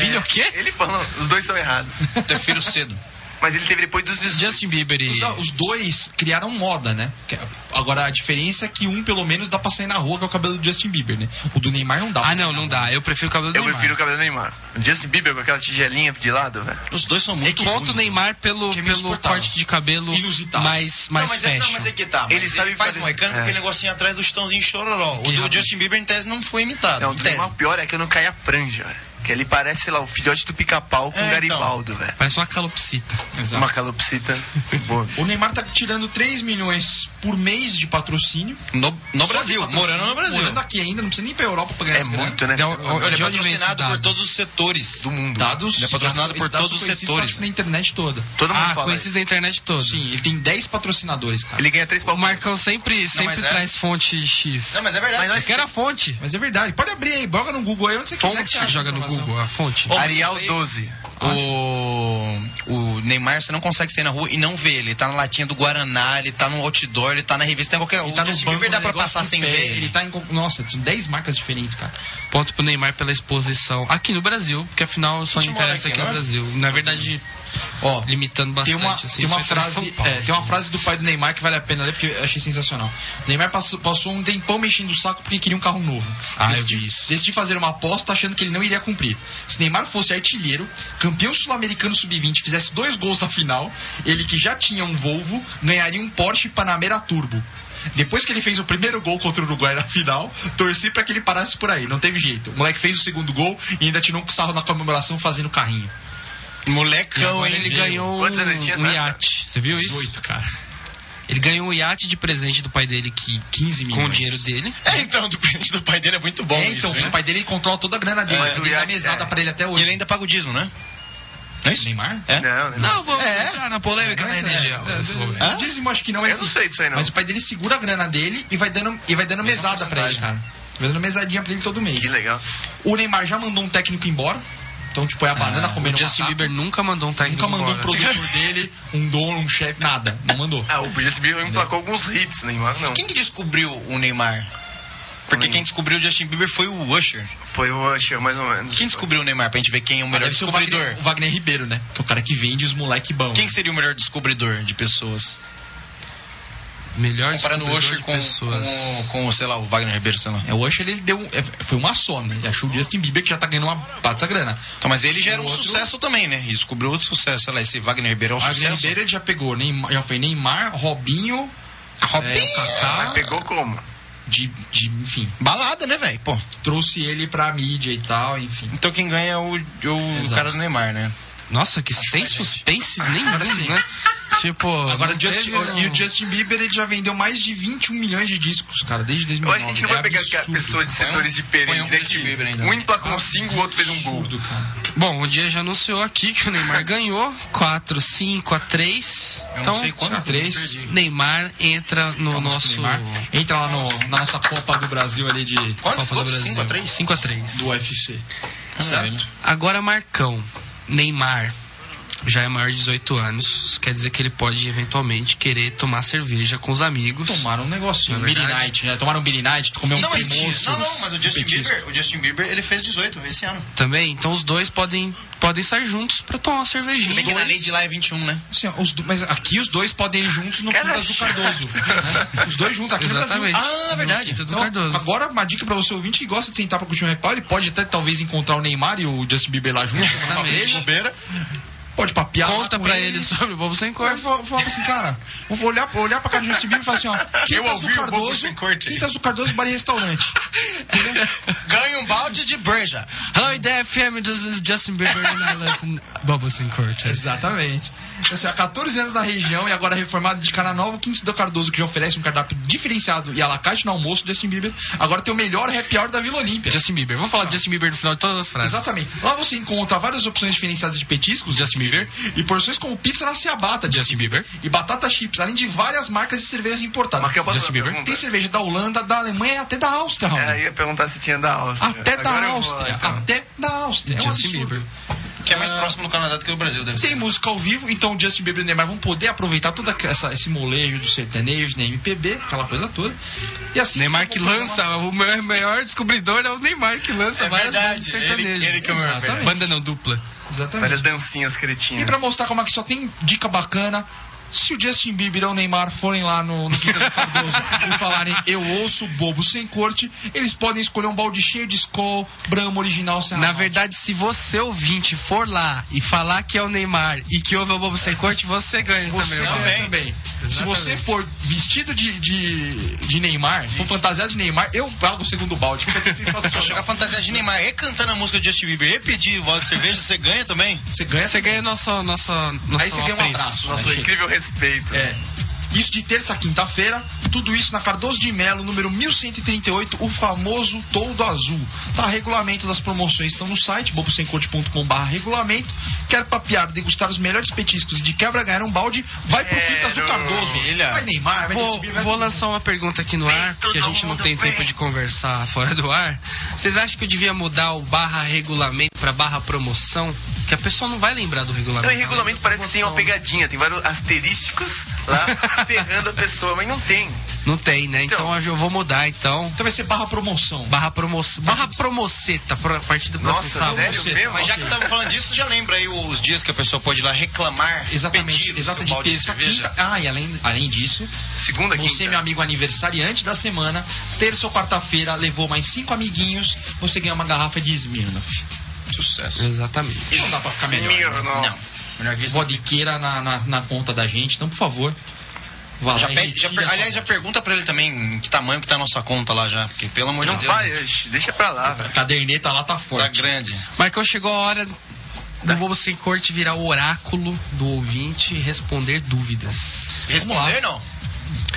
Speaker 2: Filho é o quê?
Speaker 4: Ele falou, os dois são errados.
Speaker 3: Ter filho cedo.
Speaker 4: Mas ele teve depois dos 18.
Speaker 2: Justin Bieber e...
Speaker 6: Os, os dois criaram moda, né? Que- Agora, a diferença é que um, pelo menos, dá pra sair na rua, que é o cabelo do Justin Bieber, né? O do Neymar não dá pra
Speaker 2: Ah,
Speaker 6: sair
Speaker 2: não,
Speaker 6: na
Speaker 2: não
Speaker 6: rua.
Speaker 2: dá. Eu prefiro o cabelo do
Speaker 4: Eu
Speaker 2: Neymar.
Speaker 4: prefiro o cabelo do Neymar. O Justin Bieber com aquela tigelinha de lado, velho.
Speaker 3: Os dois são
Speaker 2: É
Speaker 3: muito
Speaker 2: que conta o Neymar pelo,
Speaker 3: Que é meio
Speaker 2: pelo
Speaker 3: insuportável.
Speaker 2: corte de cabelo
Speaker 6: Inusitado.
Speaker 2: mais, mais
Speaker 3: não, mas É, não,
Speaker 2: fashion.
Speaker 3: mas é que tá. Mas
Speaker 4: Ele
Speaker 3: ele,
Speaker 4: sabe
Speaker 3: faz
Speaker 4: fazer-
Speaker 3: moicano com
Speaker 4: é.
Speaker 3: aquele negocinho atrás do chitãozinho chororó. O do Justin Bieber, em tese, não foi imitado.
Speaker 4: Não,
Speaker 3: em
Speaker 4: o
Speaker 3: tese.
Speaker 4: mal pior é que eu não caí a franja, velho. Que ele parece, sei lá, o filhote do pica-pau com
Speaker 3: É,
Speaker 4: Garibaldo, velho.
Speaker 2: Parece uma calopsita.
Speaker 4: Uma calopsita. Boa.
Speaker 6: O Neymar tá tirando 3 milhões por mês de patrocínio.
Speaker 3: No, no
Speaker 6: Só de
Speaker 3: Brasil,
Speaker 6: patrocínio,
Speaker 3: morando no Brasil.
Speaker 6: Morando aqui ainda, não precisa nem ir pra Europa pra ganhar
Speaker 4: É
Speaker 6: essa grana.
Speaker 4: muito, né?
Speaker 2: Então,
Speaker 3: Olha,
Speaker 2: de
Speaker 3: é
Speaker 2: onde vem esse
Speaker 3: patrocinado por
Speaker 2: dado?
Speaker 3: todos os setores do mundo.
Speaker 6: Dados,
Speaker 3: Ele é patrocinado
Speaker 6: esse
Speaker 3: por
Speaker 6: dado
Speaker 3: todos os
Speaker 6: foi esse
Speaker 3: setores.
Speaker 6: dado na internet toda.
Speaker 4: Todo mundo
Speaker 2: Ah,
Speaker 4: fala. isso.
Speaker 2: conhecido na internet toda.
Speaker 6: Sim, ele tem 10 patrocinadores, cara.
Speaker 4: Ele ganha três pau.
Speaker 2: O Marcão sempre, sempre
Speaker 3: mas é.
Speaker 2: traz fonte X.
Speaker 3: Não, mas é verdade.
Speaker 2: Você quer a fonte.
Speaker 6: Mas é verdade. Pode abrir aí, joga no Google aí onde você quiser. que
Speaker 2: Fonte
Speaker 6: você acha
Speaker 2: joga no
Speaker 6: informação.
Speaker 2: Google, a fonte.
Speaker 3: Ô, mas
Speaker 4: Arial
Speaker 3: isso aí-
Speaker 4: 12.
Speaker 3: O, o Neymar, você não consegue sair na rua e não ver ele. Ele tá na latinha do Guaraná, ele tá no outdoor, ele tá na revista, tem qualquer.
Speaker 6: Ele
Speaker 3: o
Speaker 6: tá no
Speaker 3: Justin
Speaker 6: banco,
Speaker 3: Bieber dá pra
Speaker 6: negócio
Speaker 3: passar
Speaker 6: do
Speaker 3: sem
Speaker 6: pé,
Speaker 3: ver
Speaker 6: Ele
Speaker 3: ele.
Speaker 6: tá em... co- Nossa, são 10 marcas diferentes, cara.
Speaker 2: Ponto pro Neymar pela exposição aqui no Brasil, porque afinal só
Speaker 3: A gente
Speaker 2: interessa
Speaker 3: mora aqui,
Speaker 2: aqui no
Speaker 3: né?
Speaker 2: Brasil. Na verdade,
Speaker 6: Ó,
Speaker 2: limitando
Speaker 6: tem
Speaker 2: bastante.
Speaker 6: uma,
Speaker 2: assim,
Speaker 6: tem, uma
Speaker 2: só interessa
Speaker 6: frase,
Speaker 2: São Paulo.
Speaker 6: é, tem uma frase do pai do Neymar que vale a pena ler, porque eu achei sensacional. O Neymar passou, passou um tempão mexendo o saco porque queria um carro novo.
Speaker 2: Ah, eu
Speaker 6: decidi,
Speaker 2: vi isso.
Speaker 6: decidi fazer uma aposta achando que ele não iria cumprir. Se Neymar fosse artilheiro, campeão sul-americano sub-20, fizesse dois gols na final, ele que já tinha um Volvo, ganharia um Porsche Panamera Turbo. Depois que ele fez o primeiro gol contra o Uruguai na final, torci pra que ele parasse por aí. Não teve jeito. O moleque fez o segundo gol e ainda tirou um sarro na comemoração fazendo carrinho.
Speaker 3: Molecão,
Speaker 2: Agora
Speaker 3: hein?
Speaker 2: ele
Speaker 6: é
Speaker 3: meu?
Speaker 2: ganhou um,
Speaker 4: Quantos anos ele tinha,
Speaker 2: um
Speaker 4: sabe?
Speaker 2: iate. Você viu isso?
Speaker 6: 18,
Speaker 2: cara. Ele ganhou um iate de presente do pai dele que
Speaker 6: 15
Speaker 2: com o
Speaker 6: milhões.
Speaker 2: dinheiro dele.
Speaker 3: É, então, do presente do pai dele é muito bom.
Speaker 6: é, então,
Speaker 3: isso,
Speaker 6: o
Speaker 3: né?
Speaker 6: pai dele controla toda a grana dele.
Speaker 4: É,
Speaker 6: mas ele dá
Speaker 4: é.
Speaker 6: mesada pra ele até
Speaker 3: E
Speaker 6: hoje.
Speaker 3: ele ainda paga o dízimo, né?
Speaker 6: Não é isso? Neymar?
Speaker 3: É?
Speaker 4: Não, não.
Speaker 2: Não, vou entrar na polêmica da energia.
Speaker 6: É, dízimo acho que não, mas,
Speaker 4: Eu não sei disso aí, não.
Speaker 6: mas o pai dele segura a grana dele e vai dando, e vai dando mesada pra ele, cara. Vai dando mesadinha pra ele é- todo mês.
Speaker 4: Que legal.
Speaker 6: O Neymar já mandou um técnico embora. Então, tipo, é a banana comendo
Speaker 2: O Justin
Speaker 6: macaco.
Speaker 2: Bieber nunca mandou um técnico
Speaker 6: Nunca mandou um
Speaker 2: embora.
Speaker 6: produtor dele, um dono, um chefe, nada. Não mandou.
Speaker 4: Ah, o Justin Bieber emplacou alguns hits, Neymar não.
Speaker 3: Quem que descobriu o Neymar? Porque
Speaker 4: Neymar.
Speaker 3: quem descobriu o Justin Bieber foi o Usher.
Speaker 4: Foi o Usher, mais ou menos.
Speaker 3: Quem descobriu o Neymar pra gente ver quem é o melhor
Speaker 6: Ah, Deve ser o
Speaker 3: descobridor?
Speaker 6: Wagner, o Wagner Ribeiro, né? Que é o cara que vende os moleque bão.
Speaker 3: Quem que seria o melhor descobridor de pessoas?
Speaker 2: Melhor
Speaker 3: Comparando
Speaker 2: descobridor
Speaker 3: o Usher
Speaker 2: de
Speaker 3: com,
Speaker 2: pessoas.
Speaker 3: com, com, sei lá, o Wagner Ribeiro, sei lá.
Speaker 6: É, o Usher, ele deu... é, foi uma só, né? Ele achou o Justin Bieber que já tá ganhando uma pata dessa grana.
Speaker 3: Então, mas ele já era um
Speaker 6: O outro-
Speaker 3: sucesso também, né? E descobriu outro sucesso. Sei lá, esse Wagner Ribeiro é um
Speaker 6: Wagner
Speaker 3: sucesso.
Speaker 6: Ribeiro ele já pegou, Neymar, já foi Neymar, Robinho,
Speaker 3: Robinho!
Speaker 6: é, Kaká,
Speaker 4: Mas pegou como?
Speaker 6: de, de, enfim,
Speaker 3: Balada, né, velho? Pô.
Speaker 6: trouxe ele pra mídia e tal, enfim.
Speaker 3: Então quem ganha é o, o
Speaker 6: Exato.
Speaker 3: cara do Neymar, né?
Speaker 2: Nossa, que sem suspense nenhum, né? Tipo,
Speaker 6: Agora,
Speaker 2: não
Speaker 6: Justin,
Speaker 2: teve um-
Speaker 6: e o Justin Bieber ele já vendeu mais de 21 milhões de discos, cara, desde
Speaker 4: Eu
Speaker 6: 2009.
Speaker 4: acho que Então a gente não vai pegar
Speaker 6: absurdo,
Speaker 4: pessoas de
Speaker 6: cara.
Speaker 4: setores
Speaker 3: põe um
Speaker 4: diferentes, né?
Speaker 3: Justin Bieber
Speaker 4: Que
Speaker 3: ainda.
Speaker 4: um emplacou um cinco, o outro fez um gol.
Speaker 6: Absurdo, cara.
Speaker 2: Bom, o dia já anunciou aqui que o Neymar ganhou 4, 5 a 3.
Speaker 3: Eu
Speaker 2: então,
Speaker 3: não sei quanto.
Speaker 6: Só três.
Speaker 2: Neymar entra no nosso
Speaker 6: Neymar. Entra lá no, na nossa Copa do Brasil ali de...
Speaker 3: Quanto?
Speaker 2: Copa do Brasil. É,
Speaker 3: 5 a 3?
Speaker 2: 5 a 3.
Speaker 6: Do UFC.
Speaker 3: Certo.
Speaker 2: Agora Marcão, Neymar já é maior de 18 anos, isso quer dizer que ele pode eventualmente querer tomar cerveja com os amigos.
Speaker 6: Tomaram um negocinho,
Speaker 2: Na
Speaker 6: Billy
Speaker 2: verdade-
Speaker 6: Night, né? Tomaram um Billy Night, comeu um
Speaker 3: Não, mas,
Speaker 6: cremoso,
Speaker 3: não, não, mas o Justin
Speaker 6: um petisco.
Speaker 3: Bieber, o Justin Bieber, ele fez 18 esse ano.
Speaker 2: Também, então os dois podem podem sair juntos pra tomar uma cervejinha.
Speaker 3: Se bem que na lei de lá é 21, né?
Speaker 6: Assim, ó, os do- mas aqui os dois podem ir juntos no
Speaker 4: Cara
Speaker 6: Quintas do
Speaker 4: chato.
Speaker 6: Cardoso. né? Os dois juntos aqui no
Speaker 2: Exatamente.
Speaker 6: Brasil.
Speaker 3: Ah,
Speaker 2: No
Speaker 3: verdade.
Speaker 2: Quinta do
Speaker 6: Então,
Speaker 2: Cardoso.
Speaker 6: agora, uma dica pra você ouvinte que gosta de sentar pra curtir um reparo, ele pode até talvez encontrar o Neymar e o Justin Bieber lá junto, numa
Speaker 2: Exatamente.
Speaker 6: breja. Pode papiar. lá
Speaker 2: Conta
Speaker 6: com
Speaker 2: pra eles sobre o Bobo Sem Cor.
Speaker 6: Eu vou- falava assim, cara, eu vou olhar, vou olhar pra cara do Justin Bieber e falar assim, ó, Quintas do
Speaker 3: ouvi o Bobo
Speaker 6: Cardoso,
Speaker 3: Sem Corte aí.
Speaker 6: Quintas do Cardoso, bar e restaurante.
Speaker 3: Ganha um balde de breja.
Speaker 2: Hello there, FM, this is Justin Bieber and I listen Bobo Sem Corte. é.
Speaker 6: Exatamente. Então, assim, há 14 anos na região e agora reformado de cara nova, o Quinto do Cardoso, que já oferece um cardápio diferenciado e alacate no almoço do Justin Bieber, agora tem o melhor happy hour da Vila Olímpia.
Speaker 2: Justin Bieber. Vamos falar de Justin Bieber no final de todas as frases.
Speaker 6: Exatamente. Lá você encontra várias opções diferenciadas de petiscos, Justin Bieber, e porções como pizza na ciabatta, Justin Bieber, e batata chips, além de várias marcas de cervejas importadas.
Speaker 4: Mas que eu posso
Speaker 2: Justin
Speaker 4: fazer
Speaker 2: Bieber?
Speaker 4: uma
Speaker 6: Tem
Speaker 4: pergunta?
Speaker 6: cerveja da Holanda, da Alemanha e até da Áustria, Raul.
Speaker 4: É, eu ia perguntar se tinha da Áustria.
Speaker 6: Até da
Speaker 4: Agora eu vou,
Speaker 6: Áustria,
Speaker 4: então.
Speaker 6: até da Áustria. É um
Speaker 2: Justin
Speaker 6: absurdo.
Speaker 2: Bieber.
Speaker 3: Que é mais próximo do Canadá do que do Brasil, deve
Speaker 6: Tem
Speaker 3: ser.
Speaker 6: música ao vivo, então o Justin Bieber e o Neymar vão poder aproveitar todo esse molejo do sertanejo, né, MPB, aquela coisa toda. E assim,
Speaker 2: Neymar que lança, o meu- maior descobridor é o Neymar que lança
Speaker 3: É
Speaker 2: várias
Speaker 3: verdade,
Speaker 2: bandas de
Speaker 3: ele-
Speaker 2: um sertanejo.
Speaker 3: ele que é o maior,
Speaker 2: Exatamente. Banda não dupla.
Speaker 6: Exatamente.
Speaker 4: Várias dancinhas
Speaker 6: E
Speaker 4: cretinas.
Speaker 6: pra mostrar como é que só tem dica bacana, Se o Justin Bieber ou o Neymar forem lá no, no Quinta do Cardoso e falarem eu ouço bobo sem corte, eles podem escolher um balde cheio de Skol, Brahma original, sem
Speaker 2: Na verdade, se você ouvinte for lá e falar que é o Neymar e que houve o Bobo Sem Corte, você ganha
Speaker 6: Você
Speaker 2: também. né?
Speaker 6: também. Se você for vestido de, de, de Neymar, for fantasiado de Neymar, eu pago o segundo balde. assim. porque Vai ser
Speaker 5: Se eu chegar
Speaker 6: sensacional.
Speaker 5: a fantasia de Neymar e cantando a música do Justin Bieber e pedir o balde de cerveja, você ganha também?
Speaker 6: Você ganha.
Speaker 2: Você ganha nosso, nosso, nosso
Speaker 6: Aí você ganha um
Speaker 2: apreço.
Speaker 6: abraço. né,
Speaker 4: Nosso
Speaker 6: Chico?
Speaker 4: incrível respeito.
Speaker 6: É. Isso de terça a quinta-feira, tudo isso na Cardoso de Melo, número 1138, o famoso Toldo Azul. Tá, regulamento das promoções estão no site, bobosemcorte.com.br regulamento. Quer papiar, degustar os melhores petiscos e de quebra ganhar um balde, vai pro Quintas do Cardoso. Vai Neymar, vai
Speaker 2: Vou, vou
Speaker 6: Nesbir, vai todo mundo.
Speaker 2: lançar uma pergunta aqui no ar, porque a gente não tem tempo de conversar fora do ar. Vocês acham que eu devia mudar o barra regulamento pra barra promoção? Que a pessoa não vai lembrar do regulamento.
Speaker 4: Então, em regulamento parece que tem uma pegadinha, tem vários asterísticos lá ferrando a pessoa, mas não tem.
Speaker 2: Não tem, né? Então,
Speaker 4: Então.
Speaker 2: eu vou mudar, então.
Speaker 6: Então vai ser barra promoção.
Speaker 2: Barra promoção. Barra promoceta, pro- a partir do próximo
Speaker 4: Nossa,
Speaker 2: sábado.
Speaker 4: sério mesmo?
Speaker 6: tá
Speaker 5: Mas já que estamos falando disso, já lembra aí os dias que a pessoa pode ir lá reclamar,
Speaker 6: É, Exatamente,
Speaker 5: pedir o seu
Speaker 6: exatamente.
Speaker 5: balde de
Speaker 6: terça,
Speaker 5: cerveja?
Speaker 6: quinta. Ah, e além, além disso,
Speaker 4: Segunda,
Speaker 6: Você,
Speaker 4: quinta.
Speaker 6: meu amigo aniversariante da semana, terça ou quarta-feira, levou mais cinco amiguinhos, você ganha uma garrafa de Smirnoff.
Speaker 5: Sucesso.
Speaker 2: Exatamente.
Speaker 6: Não dá pra ficar melhor. né?
Speaker 4: Mirno.
Speaker 5: Não.
Speaker 6: Melhor que isso. Vodiqueira na, na, na conta da gente, então, por favor. Vá lá
Speaker 5: Já
Speaker 6: e
Speaker 5: pede, já
Speaker 6: retire
Speaker 5: per-
Speaker 6: essa
Speaker 5: aliás, já
Speaker 6: garrafa.
Speaker 5: pergunta pra ele também que tamanho que tá a nossa conta lá já, porque pelo amor de
Speaker 4: Não
Speaker 5: Deus,
Speaker 4: vai, oxe, deixa pra lá, velho.
Speaker 6: A caderneta lá tá
Speaker 5: tá
Speaker 6: forte.
Speaker 5: grande. Tá.
Speaker 2: Marcão, chegou a hora do Bobo Sem Corte virar o oráculo do ouvinte e responder dúvidas.
Speaker 5: Responder não?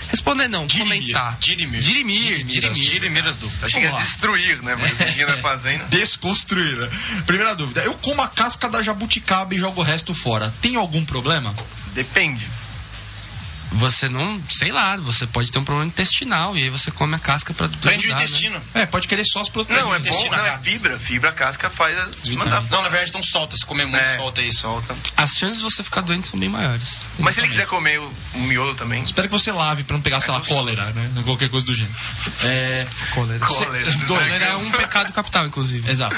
Speaker 2: Responder não, comentar.
Speaker 5: Dirimir.
Speaker 2: Dirimir,
Speaker 5: Dirimir.
Speaker 2: dirimir.
Speaker 5: Dirimir as dúvidas.
Speaker 4: Achei que ia destruir, né? Mas ninguém vai fazendo.
Speaker 6: Desconstruir. né? Primeira dúvida. Eu como a casca da jabuticaba e jogo o resto fora. Tem algum problema?
Speaker 4: Depende.
Speaker 2: Você não, sei lá, você pode ter um problema intestinal e aí você come a casca pra
Speaker 5: Prende o
Speaker 2: ajudar, né?
Speaker 5: intestino.
Speaker 6: É, pode querer só as proteínas.
Speaker 4: Não, é bom,
Speaker 5: intestino,
Speaker 4: não, é
Speaker 5: cara.
Speaker 4: fibra. Fibra casca faz. Manda
Speaker 6: vitaminas.
Speaker 5: Não, na verdade, então solta. Se comer muito,
Speaker 4: É.
Speaker 5: solta aí, solta.
Speaker 2: As chances de você ficar doente são bem maiores.
Speaker 4: Mas se ele quiser comer o o miolo também.
Speaker 6: Espero que você lave pra não pegar,
Speaker 5: É,
Speaker 6: sei lá, cólera, né? Ou Qualquer coisa do gênero. É...
Speaker 2: Cólera.
Speaker 6: Cê-
Speaker 4: Cólera.
Speaker 6: Dois.
Speaker 2: Cólera é um pecado capital, inclusive.
Speaker 6: Exato.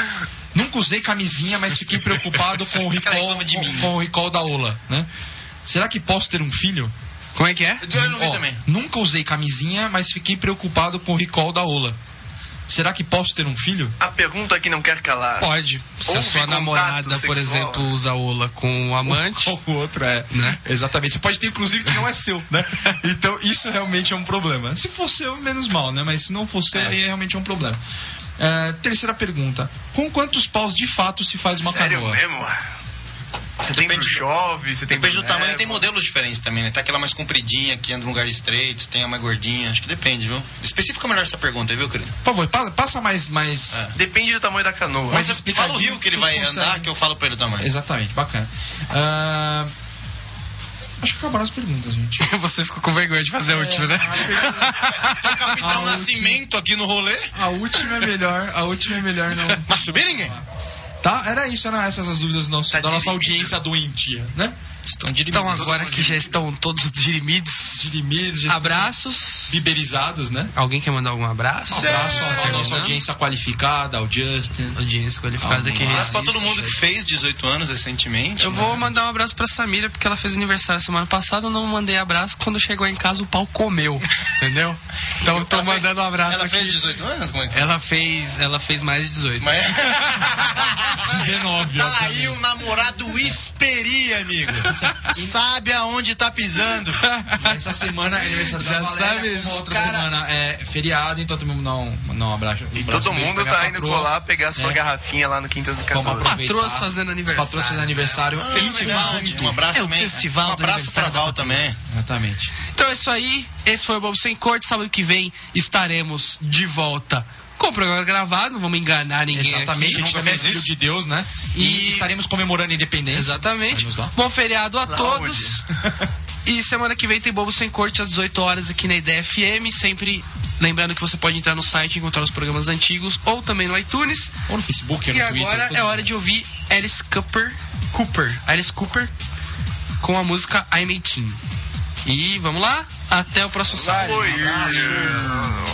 Speaker 6: Nunca usei camisinha, mas fiquei preocupado com o
Speaker 5: cara
Speaker 6: recall,
Speaker 5: reclama de
Speaker 6: com,
Speaker 5: mim.
Speaker 6: com o recall da Ola, né? Será que posso ter um filho?
Speaker 2: Como é que é?
Speaker 5: Eu não vi
Speaker 6: Ó,
Speaker 5: também.
Speaker 6: Nunca usei camisinha, mas fiquei preocupado com o recall da Ola. Será que posso ter um filho?
Speaker 4: A pergunta é que não quer calar.
Speaker 2: Pode. Se a
Speaker 4: Houve
Speaker 2: sua
Speaker 4: contato
Speaker 2: namorada, por
Speaker 4: sexual?
Speaker 2: exemplo, usa ola com o amante,
Speaker 6: Qual o outro é?
Speaker 2: Né?
Speaker 6: Exatamente. Você pode ter, inclusive, que não é seu, né? Então, isso realmente é um problema. Se for seu, menos mal, né? Mas se não for seu, aí realmente é um problema. Ah, terceira pergunta. Com quantos paus de fato se faz uma
Speaker 4: Sério
Speaker 6: canoa?
Speaker 4: mesmo? Você tem pro
Speaker 5: Depende do-
Speaker 4: chove, você tem
Speaker 5: Depende
Speaker 4: pro
Speaker 5: do tamanho,
Speaker 4: neve.
Speaker 5: tem é, modelos diferentes também, né? Tá aquela mais compridinha que anda em lugar estreito, tem a mais gordinha, acho que depende, viu? Especifica melhor essa pergunta, aí, viu, querido?
Speaker 6: Por favor, pa- passa mais, mais,
Speaker 4: Depende do tamanho da canoa.
Speaker 6: Mas
Speaker 5: Mas
Speaker 6: explicadinho,
Speaker 5: fala o rio que ele
Speaker 6: tudo
Speaker 5: vai
Speaker 6: consegue.
Speaker 5: andar, que eu falo pra ele o
Speaker 3: É.
Speaker 5: tamanho.
Speaker 6: Exatamente, bacana. Ah, acho que acabaram as perguntas, gente. É,
Speaker 2: você ficou com vergonha de fazer a última, né?
Speaker 5: Tá capitão
Speaker 6: Ah,
Speaker 5: Nascimento aqui no rolê?
Speaker 6: A última é melhor, a última é melhor não.
Speaker 5: Mas subir ninguém?
Speaker 6: Tá? Era isso, eram essas as dúvidas do nosso- da nossa
Speaker 4: dividido.
Speaker 6: audiência doentia, né?
Speaker 5: Estão
Speaker 2: Então agora que já estão todos dirimidos,
Speaker 6: Dirimidos, já
Speaker 2: abraços.
Speaker 6: liberizados, né?
Speaker 2: Alguém quer mandar algum abraço?
Speaker 6: Um abraço à
Speaker 2: Terminando.
Speaker 6: nossa audiência qualificada, ao Justin.
Speaker 2: Audiência qualificada que
Speaker 5: Mas pra todo
Speaker 2: resiste.
Speaker 5: mundo que fez 18 anos recentemente.
Speaker 2: Eu
Speaker 5: né?
Speaker 2: vou mandar um abraço pra Samira, porque ela fez aniversário semana passada, eu não mandei abraço. Quando chegou em casa, o pau comeu, entendeu? Então eu tô
Speaker 5: Ela fez-
Speaker 2: mandando um abraço
Speaker 5: Ela
Speaker 2: aqui.
Speaker 5: fez 18 anos? Como é que foi?
Speaker 2: Ela fez, ela fez mais de 18.
Speaker 5: Mas...
Speaker 6: 19,
Speaker 5: Tá aí o namorado histeria, amigo. Sabe aonde tá pisando.
Speaker 6: Essa semana é aniversário da
Speaker 2: Já
Speaker 6: Valéria,
Speaker 2: sabe
Speaker 6: como a outra
Speaker 5: cara.
Speaker 6: semana é feriado, então todo mundo não, não abraça.
Speaker 4: E todo mundo tá indo colar pegar sua
Speaker 6: É.
Speaker 4: garrafinha lá no Quintas do Caçador.
Speaker 6: aproveitar.
Speaker 2: Patroas fazendo aniversário.
Speaker 6: Patrôs fazendo aniversário.
Speaker 5: Ah,
Speaker 6: festival
Speaker 5: verdade.
Speaker 6: junto.
Speaker 5: Um abraço
Speaker 2: É o
Speaker 5: também.
Speaker 2: festival
Speaker 5: Um
Speaker 2: do
Speaker 5: abraço pra
Speaker 2: aniversário da
Speaker 5: Val também.
Speaker 6: Exatamente.
Speaker 2: Então é isso aí. Esse foi o Bobo Sem Corte. Sábado que vem estaremos de volta com o programa gravado. Não vamos enganar ninguém
Speaker 6: Exatamente, a
Speaker 2: aqui.
Speaker 6: gente também é filho de Deus, né? E,
Speaker 2: E-
Speaker 6: estaremos comemorando a independência.
Speaker 2: Exatamente.
Speaker 6: Vamos lá.
Speaker 2: Bom feriado a todos. E semana que vem tem Bobo Sem Corte às 18 horas aqui na Ideia FM. Sempre lembrando que você pode entrar no site e encontrar os programas antigos ou também no iTunes.
Speaker 6: Ou no Facebook, ou
Speaker 2: E
Speaker 6: no Twitter.
Speaker 2: agora
Speaker 6: todo
Speaker 2: é
Speaker 6: mundo.
Speaker 2: hora de ouvir Alice Cooper, Cooper, Alice Cooper com a música I'm 18. E vamos lá, até o próximo sábado.
Speaker 4: Oi.